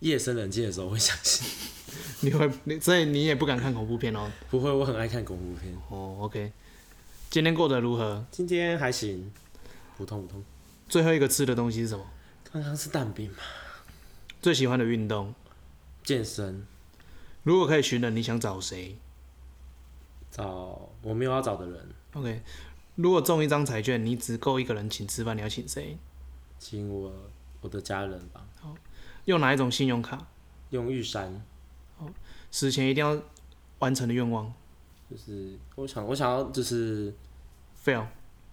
[SPEAKER 1] 夜深人静的时候会相信，
[SPEAKER 4] 你会，你所以你也不敢看恐怖片哦。
[SPEAKER 1] 不会，我很爱看恐怖片。
[SPEAKER 4] 哦，OK，今天过得如何？
[SPEAKER 1] 今天还行，普通普通。
[SPEAKER 4] 最后一个吃的东西是什么？
[SPEAKER 1] 刚刚是蛋饼嘛，
[SPEAKER 4] 最喜欢的运动？
[SPEAKER 1] 健身
[SPEAKER 4] 如果可以寻人，你想找谁
[SPEAKER 1] 找我没有要找的人，
[SPEAKER 4] ？OK，如果中一张彩券，你只够一个人请吃饭，你要请谁？
[SPEAKER 1] 请我我的家人吧，
[SPEAKER 4] 用哪一种信用卡？
[SPEAKER 1] 用玉山，
[SPEAKER 4] 死前一定要完成的愿望。
[SPEAKER 1] 就是我想我想要就是
[SPEAKER 4] fail。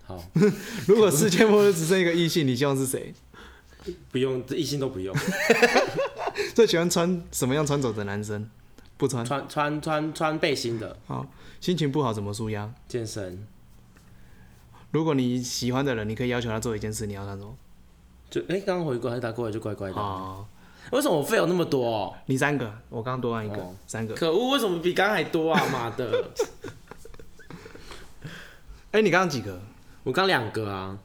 [SPEAKER 1] 好，
[SPEAKER 4] 如果世界末日只剩一个异性，你希望是谁？
[SPEAKER 1] 不用这一心都不 用，
[SPEAKER 4] 最喜欢穿什么样穿着的男生？不穿。
[SPEAKER 1] 穿穿穿穿背心的
[SPEAKER 4] 好，心情不好怎么舒压？
[SPEAKER 1] 健身，
[SPEAKER 4] 如果你喜欢的人，你可以要求他做一件事，你要他做。
[SPEAKER 1] 就哎刚刚回过来打过来就乖乖的，
[SPEAKER 2] 啊
[SPEAKER 4] 哦，
[SPEAKER 1] 为什么我费有那么多、哦？
[SPEAKER 4] 你三个，我刚刚多按一个，
[SPEAKER 1] 哦
[SPEAKER 4] 三个。
[SPEAKER 1] 可恶，为什么比刚刚还多啊？妈 的，
[SPEAKER 4] 哎、你刚刚几个
[SPEAKER 1] 我刚两个啊，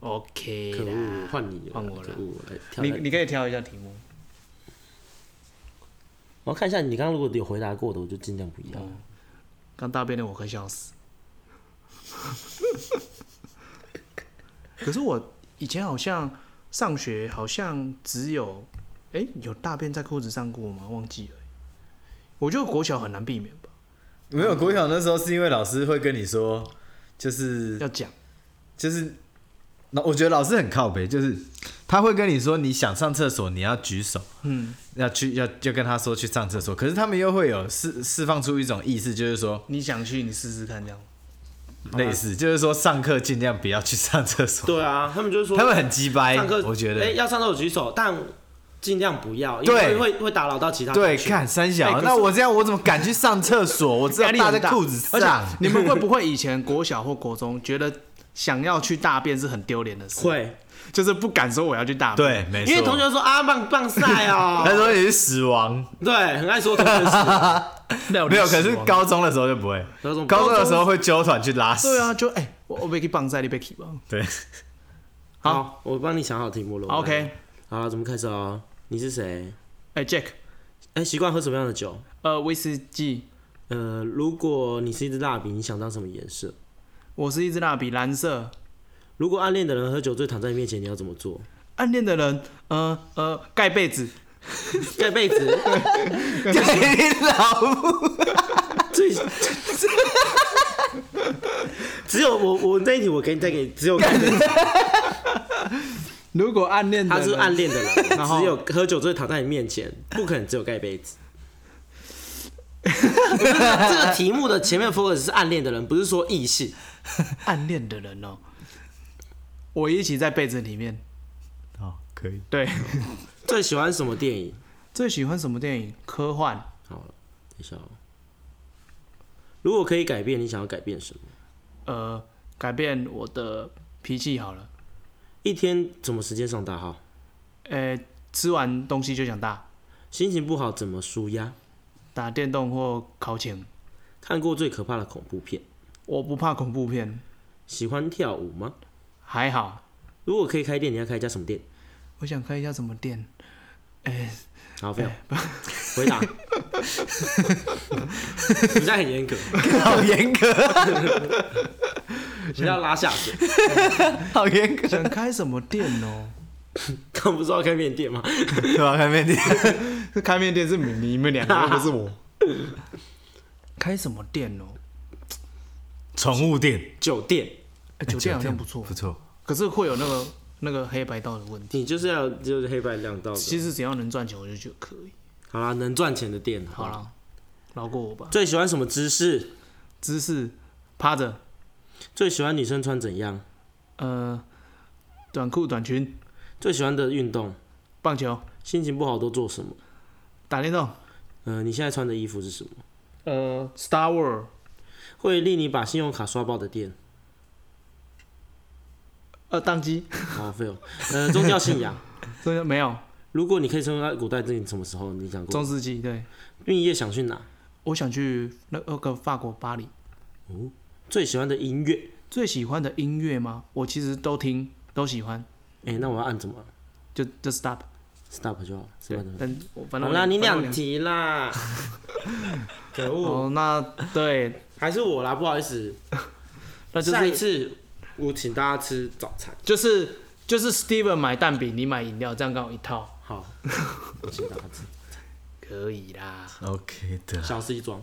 [SPEAKER 4] ？OK
[SPEAKER 1] 可
[SPEAKER 4] 啦。
[SPEAKER 1] 恶，换你了，
[SPEAKER 4] 换我了
[SPEAKER 1] 可恶，来跳
[SPEAKER 4] 你
[SPEAKER 1] 来
[SPEAKER 4] 你可以挑一下题目。
[SPEAKER 1] 我要看一下你刚刚如果有回答过的，我就尽量不要。
[SPEAKER 2] 嗯
[SPEAKER 4] 刚大便的我快笑死。可是我以前好像上学好像只有，哎、有大便在裤子上过吗？忘记了。我觉得国小很难避免吧，
[SPEAKER 2] 没有国小那时候是因为老师会跟你说，就是
[SPEAKER 4] 要讲
[SPEAKER 2] 就是，那我觉得老师很靠北，就是他会跟你说你想上厕所，你要举手，嗯，要去要就跟他说去上厕所，可是他们又会有释释放出一种意识，就是说
[SPEAKER 4] 你想去，你试试看这样。
[SPEAKER 2] 类
[SPEAKER 1] 啊
[SPEAKER 2] 似，就是说上课尽量不要去上厕所，
[SPEAKER 1] 对啊，他们就是说
[SPEAKER 2] 他们很鸡掰
[SPEAKER 1] 上课，，
[SPEAKER 2] 我觉
[SPEAKER 1] 哎、
[SPEAKER 2] 得。
[SPEAKER 1] 要上课有举手，但尽量不要，因为
[SPEAKER 2] 对
[SPEAKER 1] 会会打扰到其他
[SPEAKER 2] 对，
[SPEAKER 1] 同学
[SPEAKER 2] 看三
[SPEAKER 1] 哎
[SPEAKER 2] 小，
[SPEAKER 1] 可是
[SPEAKER 2] 那我这样我怎么敢去上 厕所？我知道
[SPEAKER 4] 压力
[SPEAKER 2] 搭
[SPEAKER 4] 很
[SPEAKER 2] 在
[SPEAKER 4] 大
[SPEAKER 2] 裤子
[SPEAKER 4] 而
[SPEAKER 2] 上
[SPEAKER 4] 且，你们会不会以前国小或国中觉得想要去大便是很丢脸的事？，
[SPEAKER 1] 会，
[SPEAKER 4] 就是不敢说我要去大便。
[SPEAKER 2] 对，没错。
[SPEAKER 1] 因为同学说啊棒棒晒哦
[SPEAKER 2] 他，说你是死亡，
[SPEAKER 1] 对，很爱说同学 是，
[SPEAKER 4] 对
[SPEAKER 2] 没有，可是高中的时候就不会，
[SPEAKER 1] 高中
[SPEAKER 2] 高中的时候会纠团去拉屎。
[SPEAKER 4] 对啊，就哎、我我被给绑在，你被给绑。
[SPEAKER 2] 对，
[SPEAKER 4] 好
[SPEAKER 1] 好，我帮你想好题目了
[SPEAKER 4] 好，OK。
[SPEAKER 1] 好，怎么开始哦？你是谁？
[SPEAKER 4] 哎、j a c k
[SPEAKER 1] 哎、习惯喝什么样的酒？
[SPEAKER 4] 呃，威士忌，
[SPEAKER 1] 呃，如果你是一支蜡笔，你想当什么颜色？
[SPEAKER 4] 我是一支蜡笔，蓝色。
[SPEAKER 1] 如果暗恋的人喝酒醉躺在你面前，你要怎么做？
[SPEAKER 4] 暗恋的人，呃呃，盖被子，
[SPEAKER 1] 盖被子，
[SPEAKER 2] 给你
[SPEAKER 4] 啊
[SPEAKER 2] 老母！
[SPEAKER 1] 最 只有我我那一题我给你再给你只有盖被子
[SPEAKER 4] 如果暗恋的
[SPEAKER 1] 他
[SPEAKER 4] 人
[SPEAKER 1] 是暗恋的人，
[SPEAKER 4] 然后
[SPEAKER 1] 只有喝酒醉躺在你面前，不可能只有盖被子。 不是这个题目的前面 focus 是暗恋的人，不是说异性。
[SPEAKER 4] 暗恋的人哦，我一起在被子里面。
[SPEAKER 2] 好，可以。
[SPEAKER 4] 对，
[SPEAKER 1] 最喜欢什么电影？
[SPEAKER 4] 最喜欢什么电影？科幻。
[SPEAKER 1] 好了，等一下哦。如果可以改变，你想要改变什么？
[SPEAKER 4] 呃，改变我的脾气好了。
[SPEAKER 1] 一天什么时间上大号？
[SPEAKER 4] 呃，吃完东西就想大，
[SPEAKER 1] 心情不好怎么舒压？
[SPEAKER 4] 打电动或考勤。
[SPEAKER 1] 看过最可怕的恐怖片？
[SPEAKER 4] 我不怕恐怖片，
[SPEAKER 1] 喜欢跳舞吗？
[SPEAKER 4] 还好。
[SPEAKER 1] 如果可以开店，你要开一家什么店？
[SPEAKER 4] 我想开一家什么 店？
[SPEAKER 1] 好，非常回答。 我们家很严格，
[SPEAKER 2] 好严格，
[SPEAKER 1] 我们要拉下水。
[SPEAKER 2] 好严格，
[SPEAKER 4] 想开什么店哦？
[SPEAKER 1] 刚不是要开面店吗？
[SPEAKER 2] 对吧？看面店，
[SPEAKER 4] 开面店是你你们两个，又不是我。 开什么店哦？
[SPEAKER 2] 宠物店
[SPEAKER 1] 酒店，
[SPEAKER 4] 哎酒店好像不错，
[SPEAKER 2] 不错，
[SPEAKER 4] 可是会有那个那个黑白道的问题。
[SPEAKER 1] 你就是要就是黑白两道的。
[SPEAKER 4] 其实只要能赚钱，我就觉得可以。
[SPEAKER 1] 好啦，能赚钱的店，
[SPEAKER 4] 好
[SPEAKER 1] 啦。
[SPEAKER 4] 了，饶过我吧。
[SPEAKER 1] 最喜欢什么姿势？
[SPEAKER 4] 姿势趴着，
[SPEAKER 1] 最喜欢女生穿怎样？
[SPEAKER 4] 呃，短裤短裙，
[SPEAKER 1] 最喜欢的运动？
[SPEAKER 4] 棒球，
[SPEAKER 1] 心情不好都做什么？
[SPEAKER 4] 打电动，
[SPEAKER 1] 呃，你现在穿的衣服是什么？
[SPEAKER 4] 呃，Star War，
[SPEAKER 1] 会令你把信用卡刷爆的店？
[SPEAKER 4] 呃，宕机，
[SPEAKER 1] 好废哦。呃，宗教信仰。
[SPEAKER 4] 这个没有
[SPEAKER 1] 如果你可以生活在古代，这你什么时候？你想过
[SPEAKER 4] 中
[SPEAKER 1] 吗？
[SPEAKER 4] 世纪。对，
[SPEAKER 1] 毕业想去哪？
[SPEAKER 4] 我想去那那个法国巴黎。
[SPEAKER 1] 最喜欢的音乐？
[SPEAKER 4] 最喜欢的音乐吗？我其实都听，都喜欢，
[SPEAKER 1] 哎、那我要按怎么
[SPEAKER 4] 就就 Stop。
[SPEAKER 1] ？Stop 就好。
[SPEAKER 4] 对
[SPEAKER 1] stop 就，好
[SPEAKER 4] 但我反正
[SPEAKER 1] 好
[SPEAKER 4] 我
[SPEAKER 1] 啦，你
[SPEAKER 4] 反正我
[SPEAKER 1] 两题啦。 可恶，
[SPEAKER 4] 哦，那对，
[SPEAKER 1] 还是我啦，不好意思。
[SPEAKER 4] 那就
[SPEAKER 1] 下一
[SPEAKER 4] 是
[SPEAKER 1] 次我请大家吃早餐。
[SPEAKER 4] 就是就是 Steven 买蛋饼，你买饮料，这样刚好一套，
[SPEAKER 1] 好，我请大家吃。
[SPEAKER 4] 可以啦。
[SPEAKER 2] OK 的，
[SPEAKER 1] 小事一桩，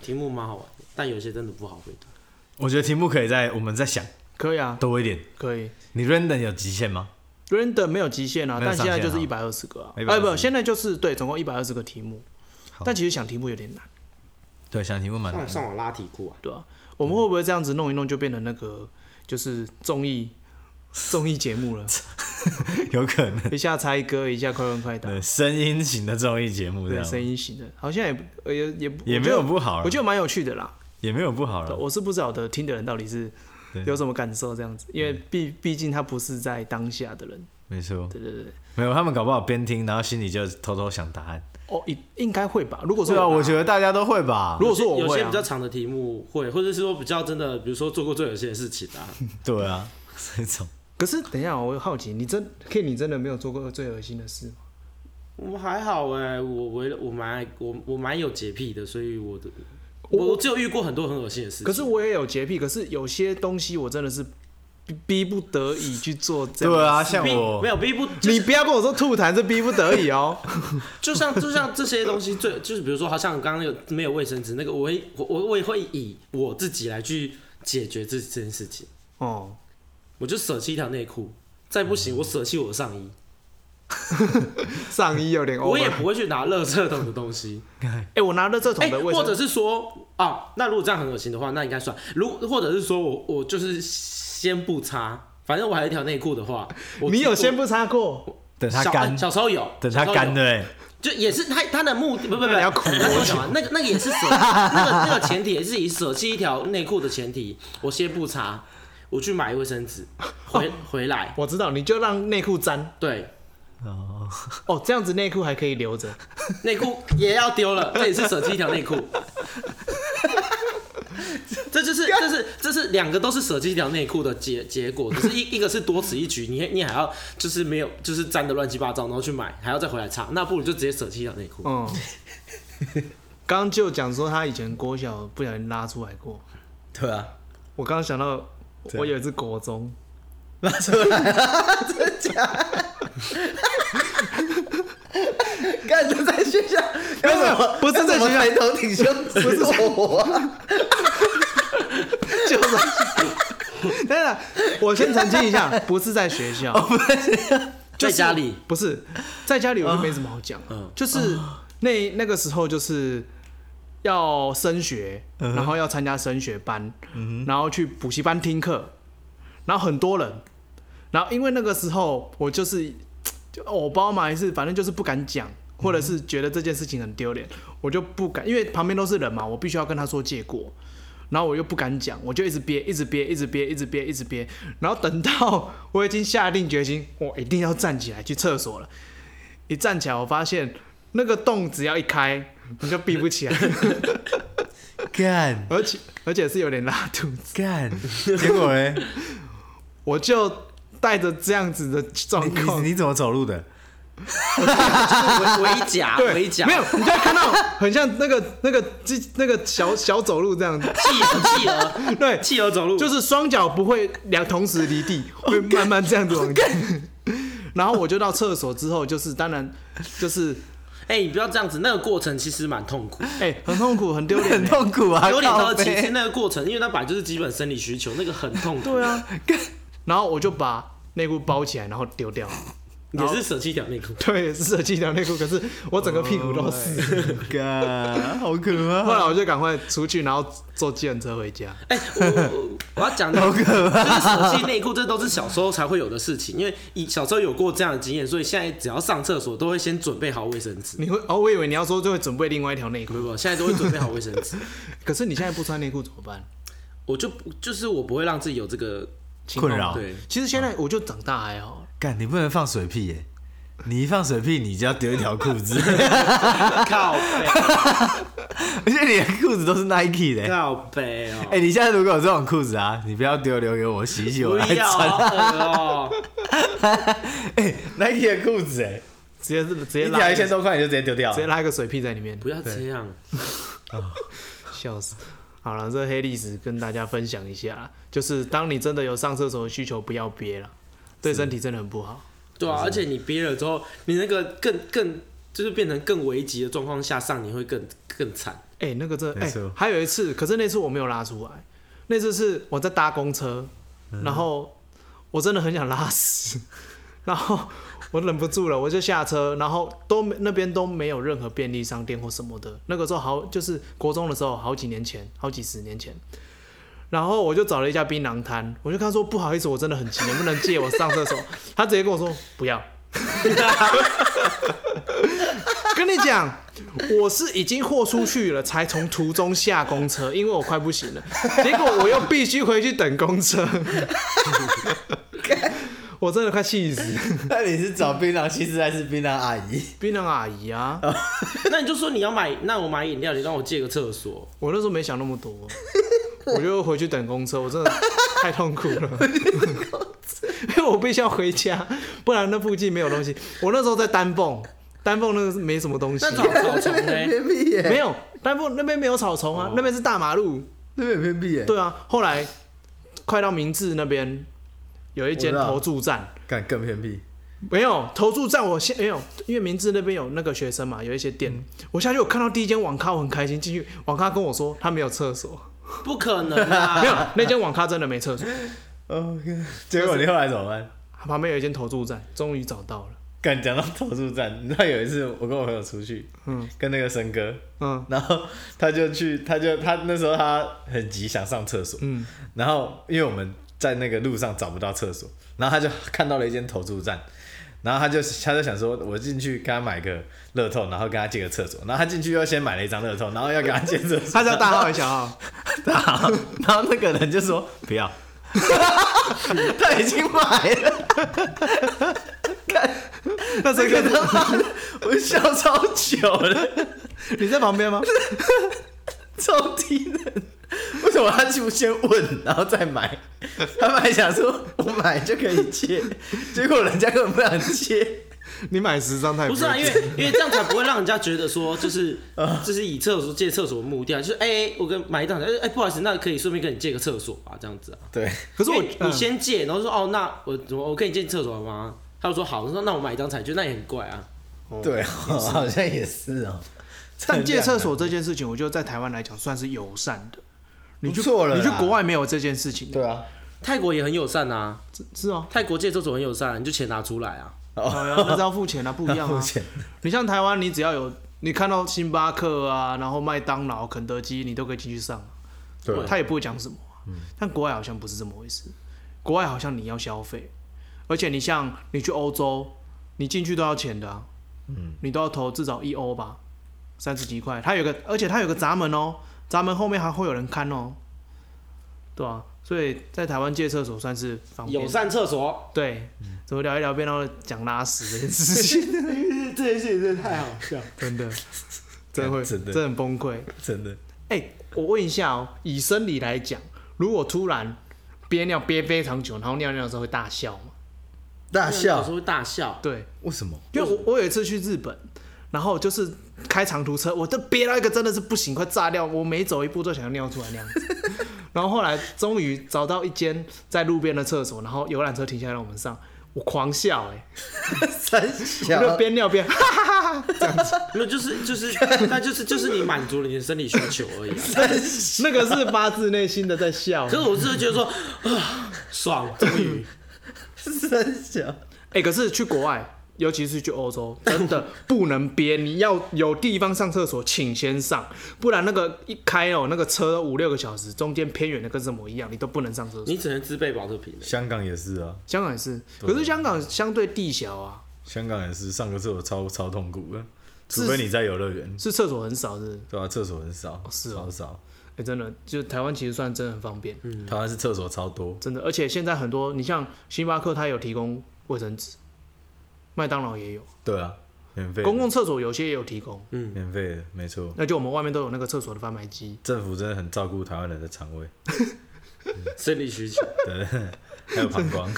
[SPEAKER 1] 题目蛮好玩的，但有些真的不好回答。
[SPEAKER 2] 我觉得题目可以在我们再想
[SPEAKER 4] 可以啊，
[SPEAKER 2] 多一点。
[SPEAKER 4] 可以。
[SPEAKER 2] 你 random 有极限吗？
[SPEAKER 4] Random 没有极限啊，
[SPEAKER 2] 没有
[SPEAKER 4] 但现在
[SPEAKER 2] 上限
[SPEAKER 4] 就
[SPEAKER 2] 啊
[SPEAKER 4] 是一百二十个啊，
[SPEAKER 2] 120
[SPEAKER 4] 哎，不，现在就是对，总共一百二十个题目，但其实想题目有点难，
[SPEAKER 2] 对，想题目蛮
[SPEAKER 1] 上
[SPEAKER 2] 难的。
[SPEAKER 1] 上网拉题库啊，
[SPEAKER 4] 对吧、我们会不会这样子弄一弄就变成那个就是综艺 综艺节 目了？
[SPEAKER 2] 有可能。
[SPEAKER 4] 一下猜歌，一下快问快答，
[SPEAKER 2] 对，声音型的综艺节目这
[SPEAKER 4] 对，声
[SPEAKER 2] 样，
[SPEAKER 4] 音型的，好像也不呃也也不
[SPEAKER 2] 也没有，不好了
[SPEAKER 4] 我觉得我，觉得蛮有趣的啦。
[SPEAKER 2] 也没有不好啊了。
[SPEAKER 4] 我是不晓得听的人到底是
[SPEAKER 2] 对
[SPEAKER 4] 有什么感受这样子，因为毕毕竟他不是在当下的人，
[SPEAKER 2] 没错，
[SPEAKER 4] 对对对，
[SPEAKER 2] 没有他们搞不好边听，然后心里就偷偷想答案。
[SPEAKER 4] 哦，应应该会吧？如果
[SPEAKER 2] 对
[SPEAKER 4] 说
[SPEAKER 2] 啊，我
[SPEAKER 4] 得
[SPEAKER 2] 觉得大家都会吧
[SPEAKER 4] 如。果说我
[SPEAKER 1] 有
[SPEAKER 4] 会
[SPEAKER 1] 些
[SPEAKER 4] 啊
[SPEAKER 1] 比，较长的题目会，或者是说比较真的，比如说做过最有些的事情啊，
[SPEAKER 2] 对啊，这种
[SPEAKER 4] 可是等一下，我好奇，你真 K 你真的没有做过最恶心的事吗？
[SPEAKER 1] 我还好哎、我我我蛮爱我我蛮有洁癖的，所以我的
[SPEAKER 4] 我
[SPEAKER 1] 我我只有遇过很多很恶心的事情。
[SPEAKER 4] 可是我也有洁癖，可是有些东西我真的是逼逼不得已去做这样。
[SPEAKER 2] 对啊，像
[SPEAKER 1] 逼
[SPEAKER 2] 我
[SPEAKER 1] 没有逼不，就
[SPEAKER 4] 你
[SPEAKER 1] 是
[SPEAKER 4] 不要跟我说吐痰是逼不得已 哦。
[SPEAKER 1] 就像就像这些东西最就是比如说，好像刚刚有没有卫生纸那个，我会我我我也会以我自己来去解决这这件事情，
[SPEAKER 4] 哦，
[SPEAKER 1] 我就舍弃一条内裤，再不
[SPEAKER 4] 嗯
[SPEAKER 1] 行我舍弃我的上衣，
[SPEAKER 4] 上衣有点 over。
[SPEAKER 1] 我也不会去拿垃圾桶的东西。
[SPEAKER 4] 哎、我拿了这
[SPEAKER 1] 哎，
[SPEAKER 4] 桶的卫
[SPEAKER 1] 或
[SPEAKER 4] 生
[SPEAKER 1] 者
[SPEAKER 4] 纸，
[SPEAKER 1] 是说啊，那如果这样很恶心的话，那应该算。如或者是说我我就是先不擦，反正我还有一条内裤的 话，我
[SPEAKER 4] 你有
[SPEAKER 1] 我
[SPEAKER 4] 先不擦过？
[SPEAKER 2] 等它
[SPEAKER 1] 小
[SPEAKER 2] 干
[SPEAKER 1] 哎，小时候有，
[SPEAKER 2] 等
[SPEAKER 1] 小
[SPEAKER 2] 它
[SPEAKER 1] 时候有
[SPEAKER 2] 干，对
[SPEAKER 1] 就也是他他的目的，不不不， 哎
[SPEAKER 4] 你要苦
[SPEAKER 1] 那我讲完，啊那个那个也是舍，那个那个前提也是以舍弃一条内裤的前提，我先不擦，我去买卫生纸，回回来，
[SPEAKER 4] 我知道，你就让内裤沾
[SPEAKER 1] 对，
[SPEAKER 2] 哦，
[SPEAKER 4] 哦，这样子内裤还可以留着。
[SPEAKER 1] 内裤也要丢 了，这也是舍弃一条内裤。这就是，这是，这是两个都是舍弃一条内裤的结结果，只是 一一个是多此一举，你你还要就是没有就是沾的乱七八糟，然后去买，还要再回来擦，那不如就直接舍弃一条内裤。
[SPEAKER 4] 嗯，刚刚就讲说他以前国小不小心拉出来过，
[SPEAKER 2] 对啊，
[SPEAKER 4] 我刚刚想到，我有一次国中。
[SPEAKER 2] 拉出来了，真假？干这在学校，不
[SPEAKER 4] 要不是在学校
[SPEAKER 2] 抬头挺胸，不是我啊，
[SPEAKER 4] 等等，我先澄清一下，不是在学校，
[SPEAKER 1] 在家 里，
[SPEAKER 4] 不是在家里，我就没什么好讲的。就是那那个时候，就是要升学，然后要参加升学班，然后去补习班听课，然后很多人，然后因为那个时候我就是，就我不知道嘛，还是反正就是不敢讲，或者是觉得这件事情很丢脸，我就不敢，因为旁边都是人嘛，我必须要跟他说结果。然后我又不敢讲，我就一直憋，一直憋，一直憋，一直憋，一直憋。然后等到我已经下定决心，我一定要站起来去厕所了。一站起来，我发现那个洞只要一开，你就闭不起来，
[SPEAKER 2] 干
[SPEAKER 4] 而且而且是有点拉肚子。
[SPEAKER 2] 干，结果嘞，
[SPEAKER 4] 我就带着这样子的状
[SPEAKER 2] 你
[SPEAKER 4] 况
[SPEAKER 2] 你，你怎么走路的？
[SPEAKER 1] 围围甲，
[SPEAKER 4] 对，
[SPEAKER 1] 围甲，
[SPEAKER 4] 没有，你就看到很像那个那个鸡那个小小走路这样子，
[SPEAKER 1] 企 鹅，企鹅，
[SPEAKER 4] 对，
[SPEAKER 1] 企鹅走路，
[SPEAKER 4] 就是双脚不会两同时离地，会慢慢这样子往前。 然后我就到厕所之后，就是当然就是
[SPEAKER 1] 哎、你不要这样子，那个过程其实蛮痛苦，
[SPEAKER 4] 哎、很痛苦， 很丢脸、欸
[SPEAKER 2] 很痛苦啊，
[SPEAKER 1] 有点
[SPEAKER 2] 靠
[SPEAKER 1] 到
[SPEAKER 2] 背
[SPEAKER 1] 其实那个过程，因为它本来就是基本生理需求，那个很痛苦。
[SPEAKER 4] 对啊，然后我就把内裤包起来，然后丢掉。
[SPEAKER 1] 也是舍弃一条内裤。
[SPEAKER 4] 对，是设计一条内裤，可是我整个屁股都是。
[SPEAKER 2] 干，好可怕，
[SPEAKER 4] 后来我就赶快出去，然后坐计程车回家。
[SPEAKER 1] 哎、我我我要讲的，就是手机内裤，这都是小时候才会有的事情，因为以小时候有过这样的经验，所以现在只要上厕所都会先准备好卫生纸。
[SPEAKER 4] 你会哦，我以为你要说就会准备另外一条内
[SPEAKER 1] 不
[SPEAKER 4] 裤，
[SPEAKER 1] 不不，现在都会准备好卫生纸。
[SPEAKER 4] 可是你现在不穿内裤怎么办？
[SPEAKER 1] 我就不就是我不会让自己有这个
[SPEAKER 2] 困 扰。
[SPEAKER 1] 对，
[SPEAKER 4] 其实现在我就长大哦还好，
[SPEAKER 2] 干，你不能放水屁耶！你一放水屁，你就要丢一条裤子，
[SPEAKER 1] 靠背
[SPEAKER 2] 而且你的裤子都是 Nike 的耶。
[SPEAKER 1] 靠背哦、
[SPEAKER 2] 哎、你现在如果有这种裤子啊，你不啊要丢，留给我洗一洗，我
[SPEAKER 1] 不
[SPEAKER 2] 来
[SPEAKER 1] 要
[SPEAKER 2] 穿。
[SPEAKER 1] 好恶哦、
[SPEAKER 2] 哎、n i k e 的裤子哎，
[SPEAKER 4] 直接是直
[SPEAKER 2] 一
[SPEAKER 4] 接拉
[SPEAKER 2] 条
[SPEAKER 4] 一
[SPEAKER 2] 一
[SPEAKER 4] 个
[SPEAKER 2] 千多块你就直接丢掉
[SPEAKER 4] 直接
[SPEAKER 2] 了。
[SPEAKER 4] 拉一个水屁在里面，
[SPEAKER 1] 不要这样，
[SPEAKER 4] 笑死。好了，这黑历史跟大家分享一下，就是当你真的有上厕所的需求，不要憋了，对身体真的很不好。
[SPEAKER 1] 对啊，而且你憋了之后，你那个更更就是变成更危急的状况下上，你会更更惨。
[SPEAKER 4] 哎、那个真的
[SPEAKER 2] 没
[SPEAKER 4] 哎、
[SPEAKER 2] 错
[SPEAKER 4] 还有一次，可是那次我没有拉出来，那次是我在搭公车，
[SPEAKER 2] 嗯
[SPEAKER 4] 然后我真的很想拉屎， 然后我忍不住了，我就下车，然后都没那边都没有任何便利商店或什么的，那个时候好就是国中的时候，好几年前，好几十年前。然后我就找了一家槟榔摊，我就跟他说不好意思，我真的很急，能不能借我上厕所？他直接跟我说不要。 跟你讲，我是已经豁出去了，才从途中下公车，因为我快不行 了。结果我又必须回去等公车，我真的快气死！
[SPEAKER 2] 那你是找槟榔西施还是槟榔阿姨？
[SPEAKER 4] 槟榔阿姨啊，
[SPEAKER 1] 那你就说你要买，那我买饮料，你让我借个厕所。
[SPEAKER 4] 我那时候没想那么多，我就回去等公车，我真的太痛苦了。因为我必须要回家，不然那附近没有东西。我那时候在丹凤，丹凤那个是没什么东西
[SPEAKER 1] 那，草 草丛呢？
[SPEAKER 2] 僻耶
[SPEAKER 4] 没有丹凤那边没有草丛啊，那边是大马路。
[SPEAKER 2] 那边偏僻耶。
[SPEAKER 4] 对啊，后来快到明治那边有一间
[SPEAKER 2] 我知道
[SPEAKER 4] 投注站，
[SPEAKER 2] 干更偏僻，
[SPEAKER 4] 没有投注站我先没有，因为明治那边有那个学生嘛，有一些店，我下去我看到第一间网咖，我很开心进去，网咖跟我说他没有厕 所，
[SPEAKER 1] 不可能啊！
[SPEAKER 4] 没有那间网咖真的没厕所，
[SPEAKER 2] OK，结果你后来怎么办？
[SPEAKER 4] 旁边有一间投注站，终于找到了，
[SPEAKER 2] 敢讲到投注站，你知道有一次我跟我朋友出去，嗯，跟那个森哥，
[SPEAKER 4] 嗯，
[SPEAKER 2] 然后他就去，他就他那时候他很急想上厕所，嗯，然后因为我们在那个路上找不到厕所，然后他就看到了一间投注站，然后他就他就想说，我进去跟他买个乐透，然后跟他借个厕所，然后他进去又先买了一张乐透，然后要给他借厕所，
[SPEAKER 4] 他叫大号还是小号？
[SPEAKER 2] 然后啊然后那个人就说不要， 他已经买了。
[SPEAKER 4] 那这个
[SPEAKER 2] 他妈的，我笑超久了，
[SPEAKER 4] 你在旁边吗？
[SPEAKER 2] 超低能。为什么他就先问，然后再买？他们还想说我买就可以 借，结果人家根本不想借。
[SPEAKER 4] 你买十张他也
[SPEAKER 1] 不是啊，
[SPEAKER 4] 会
[SPEAKER 1] 因为因为这样才不会让人家觉得说，就是就是以厕所借厕所的目的啊，就是哎、哎我跟买一档，哎、哎不好意思，那可以顺便跟你借个厕所吧，这样子啊。
[SPEAKER 2] 对，
[SPEAKER 4] 可是我
[SPEAKER 1] 因为你先借，然后说哦，那我怎么我可以借你厕所吗？他就说好，我说那我买一张彩券，那也很怪啊。
[SPEAKER 2] 对哦，好像也是哦。
[SPEAKER 4] 但借厕所这件事情，我觉得在台湾来讲算是友善的。你去
[SPEAKER 2] 不错了啦
[SPEAKER 4] 你去国外没有这件事情，
[SPEAKER 2] 对啊，
[SPEAKER 1] 泰国也很友善啊，
[SPEAKER 4] 是哦。
[SPEAKER 1] 泰国借厕所很友善，你就钱拿出来啊。
[SPEAKER 4] 好呀，那是要付钱啊，不一样
[SPEAKER 2] 付
[SPEAKER 4] 啊。
[SPEAKER 2] 钱
[SPEAKER 4] 你像台湾，你只要有你看到星巴克啊，然后麦当劳、肯德基，你都可以进去上，
[SPEAKER 2] 对
[SPEAKER 4] 他也不会讲什么啊、但国外好像不是这么回事，国外好像你要消费，而且你像你去欧洲，你进去都要钱的、啊，嗯，你都要投至少一欧吧，三十几块。它有个，而且它有个闸门哦，闸门后面还会有人看哦，对啊，所以在台湾借厕所算是方便
[SPEAKER 1] 友。善厕所，
[SPEAKER 4] 对，怎么聊一聊变到讲拉屎这件事情？
[SPEAKER 1] 这件事情真的太好笑。
[SPEAKER 4] 真 的，真的会，
[SPEAKER 2] 哎真的
[SPEAKER 4] 真的很崩溃。
[SPEAKER 2] 真的
[SPEAKER 4] 哎、我问一下哦，以生理来讲，如果突然憋尿憋非常久，然后尿尿的时候会大笑吗？
[SPEAKER 2] 大
[SPEAKER 1] 有时
[SPEAKER 2] 笑，
[SPEAKER 1] 候会大笑。
[SPEAKER 4] 对，
[SPEAKER 2] 为什么？
[SPEAKER 4] 因为我我有一次去日本，然后就是开长途车，我都憋到一个真的是不行，快炸掉，我每走一步都想要尿出来那样子。 然后后来终于找到一间在路边的厕所，然后游览车停下来让我们上，我狂笑哎、
[SPEAKER 2] 三
[SPEAKER 4] 我就
[SPEAKER 2] 笑，
[SPEAKER 4] 边尿边
[SPEAKER 1] 没有，就是就是，那就是就是你满足了你的生理需求而已、啊。
[SPEAKER 4] 那个是发自内心的在笑
[SPEAKER 1] 可。是我是觉得说，啊爽，终于
[SPEAKER 2] 三小，
[SPEAKER 4] 哎、可是去国外，尤其是去欧洲，真 的不能憋，你要有地方上厕所，请先上，不然那个一开哦，那个车五六个小时，中间偏远的跟什么一样，你都不能上厕所。
[SPEAKER 1] 你只能自备保特瓶了。
[SPEAKER 2] 香港也是啊，
[SPEAKER 4] 香港也是，可是香港相对地小啊，
[SPEAKER 2] 香港也是上个厕所超超痛苦的，
[SPEAKER 4] 是
[SPEAKER 2] 除非你在游乐园，
[SPEAKER 4] 是厕所很少是不是，
[SPEAKER 2] 对吧、厕所很少，
[SPEAKER 4] 是哦
[SPEAKER 2] 超少。
[SPEAKER 4] 哎、真的，就台湾其实算真的很方便，
[SPEAKER 2] 台湾是厕所超多，
[SPEAKER 4] 真的，而且现在很多，你像星巴克它有提供卫生纸，麦当劳也有，
[SPEAKER 2] 对啊，免费的，
[SPEAKER 4] 公共厕所有些也有提供，
[SPEAKER 2] 免费的，没错。
[SPEAKER 4] 那就我们外面都有那个厕所的贩卖机，
[SPEAKER 2] 政府真的很照顾台湾人的肠胃，
[SPEAKER 1] 生理需求，
[SPEAKER 2] 还有膀 胱。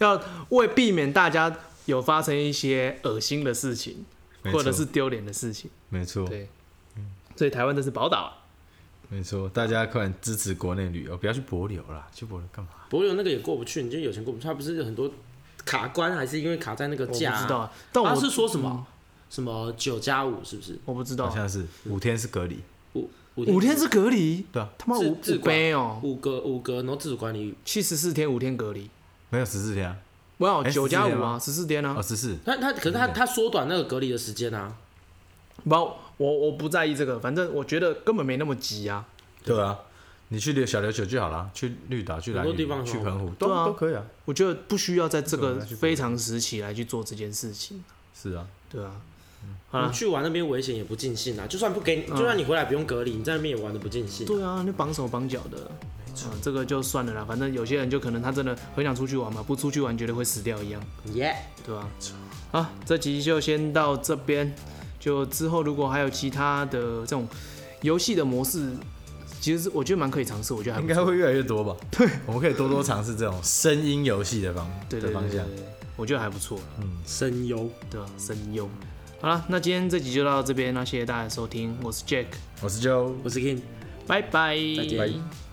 [SPEAKER 4] 要为避免大家有发生一些恶心的事情，
[SPEAKER 2] 没错
[SPEAKER 4] 或者是丢脸的事情，
[SPEAKER 2] 没错，
[SPEAKER 4] 对，所以台湾真是宝岛啊，
[SPEAKER 2] 没错，大家快点支持国内旅游，不要去博流啦，去博流干嘛？
[SPEAKER 1] 柏流那个也过不去，你就有钱过不去，他不是很多卡关，还是因为卡在那个
[SPEAKER 4] 我不
[SPEAKER 1] 价、
[SPEAKER 4] 知道，啊，但我嗯
[SPEAKER 1] 他是说什么？什么九加五是不是？
[SPEAKER 4] 我不知道
[SPEAKER 2] 好
[SPEAKER 4] 啊，
[SPEAKER 2] 像是五天是隔离，
[SPEAKER 1] 五
[SPEAKER 4] 五天是隔离，
[SPEAKER 2] 对啊，
[SPEAKER 4] 他妈
[SPEAKER 1] 自
[SPEAKER 4] 五
[SPEAKER 1] 自
[SPEAKER 4] 五杯哦，
[SPEAKER 1] 五个五个，然后自主管理。
[SPEAKER 4] 七十四天五天隔离，
[SPEAKER 2] 没有十四天啊，
[SPEAKER 4] 没有
[SPEAKER 2] 哎
[SPEAKER 4] 九加
[SPEAKER 2] 14天
[SPEAKER 4] 五啊，
[SPEAKER 2] 吗
[SPEAKER 4] 十四天啊
[SPEAKER 2] 哦，，十四，
[SPEAKER 1] 他他可是他他缩短那个隔离的时间啊，
[SPEAKER 4] 不，我我不在意这个，反正我觉得根本没那么急啊。
[SPEAKER 2] 对啊，你去留小琉球就好啦，去绿岛、去
[SPEAKER 1] 很
[SPEAKER 2] 蓝
[SPEAKER 1] 多
[SPEAKER 2] 屿
[SPEAKER 1] 地方、
[SPEAKER 2] 去
[SPEAKER 1] 很
[SPEAKER 2] 澎湖
[SPEAKER 4] 对
[SPEAKER 2] 都
[SPEAKER 4] 啊
[SPEAKER 2] 都可以啊，
[SPEAKER 4] 我觉得不需要在这
[SPEAKER 2] 这个我
[SPEAKER 4] 个
[SPEAKER 2] 们再去
[SPEAKER 4] 非常时期来去做这件事情，
[SPEAKER 2] 是啊，
[SPEAKER 4] 对啊。好
[SPEAKER 1] 你
[SPEAKER 4] 了，
[SPEAKER 1] 去玩那边危险也不尽兴啊。就算不给你，就算你回来不用隔离，你在那边也玩的不尽兴。
[SPEAKER 4] 对啊，你绑手绑脚的，嗯，这个就算了啦。反正有些人就可能他真的很想出去玩嘛，不出去玩绝对会死掉一样，
[SPEAKER 1] 耶，
[SPEAKER 4] 对吧、啊？好，这集就先到这边。就之后如果还有其他的这种游戏的模式，其实是我觉得蛮可以尝试，我觉得还
[SPEAKER 2] 应
[SPEAKER 4] 不
[SPEAKER 2] 该
[SPEAKER 4] 错。
[SPEAKER 2] 会越来越多吧？对，我们可以多多尝试这种声音游戏的方
[SPEAKER 4] 对对
[SPEAKER 2] 的
[SPEAKER 4] 对
[SPEAKER 2] 方
[SPEAKER 4] 对
[SPEAKER 2] 向。
[SPEAKER 4] 对，我觉得还不错。
[SPEAKER 1] 声优，
[SPEAKER 4] 对吧？声优。好了，那今天这集就到这边，那谢谢大家的收听，我是 Jack，
[SPEAKER 2] 我是 Joe。
[SPEAKER 1] 我是 Kim。
[SPEAKER 4] 拜拜，
[SPEAKER 1] 再见
[SPEAKER 2] 拜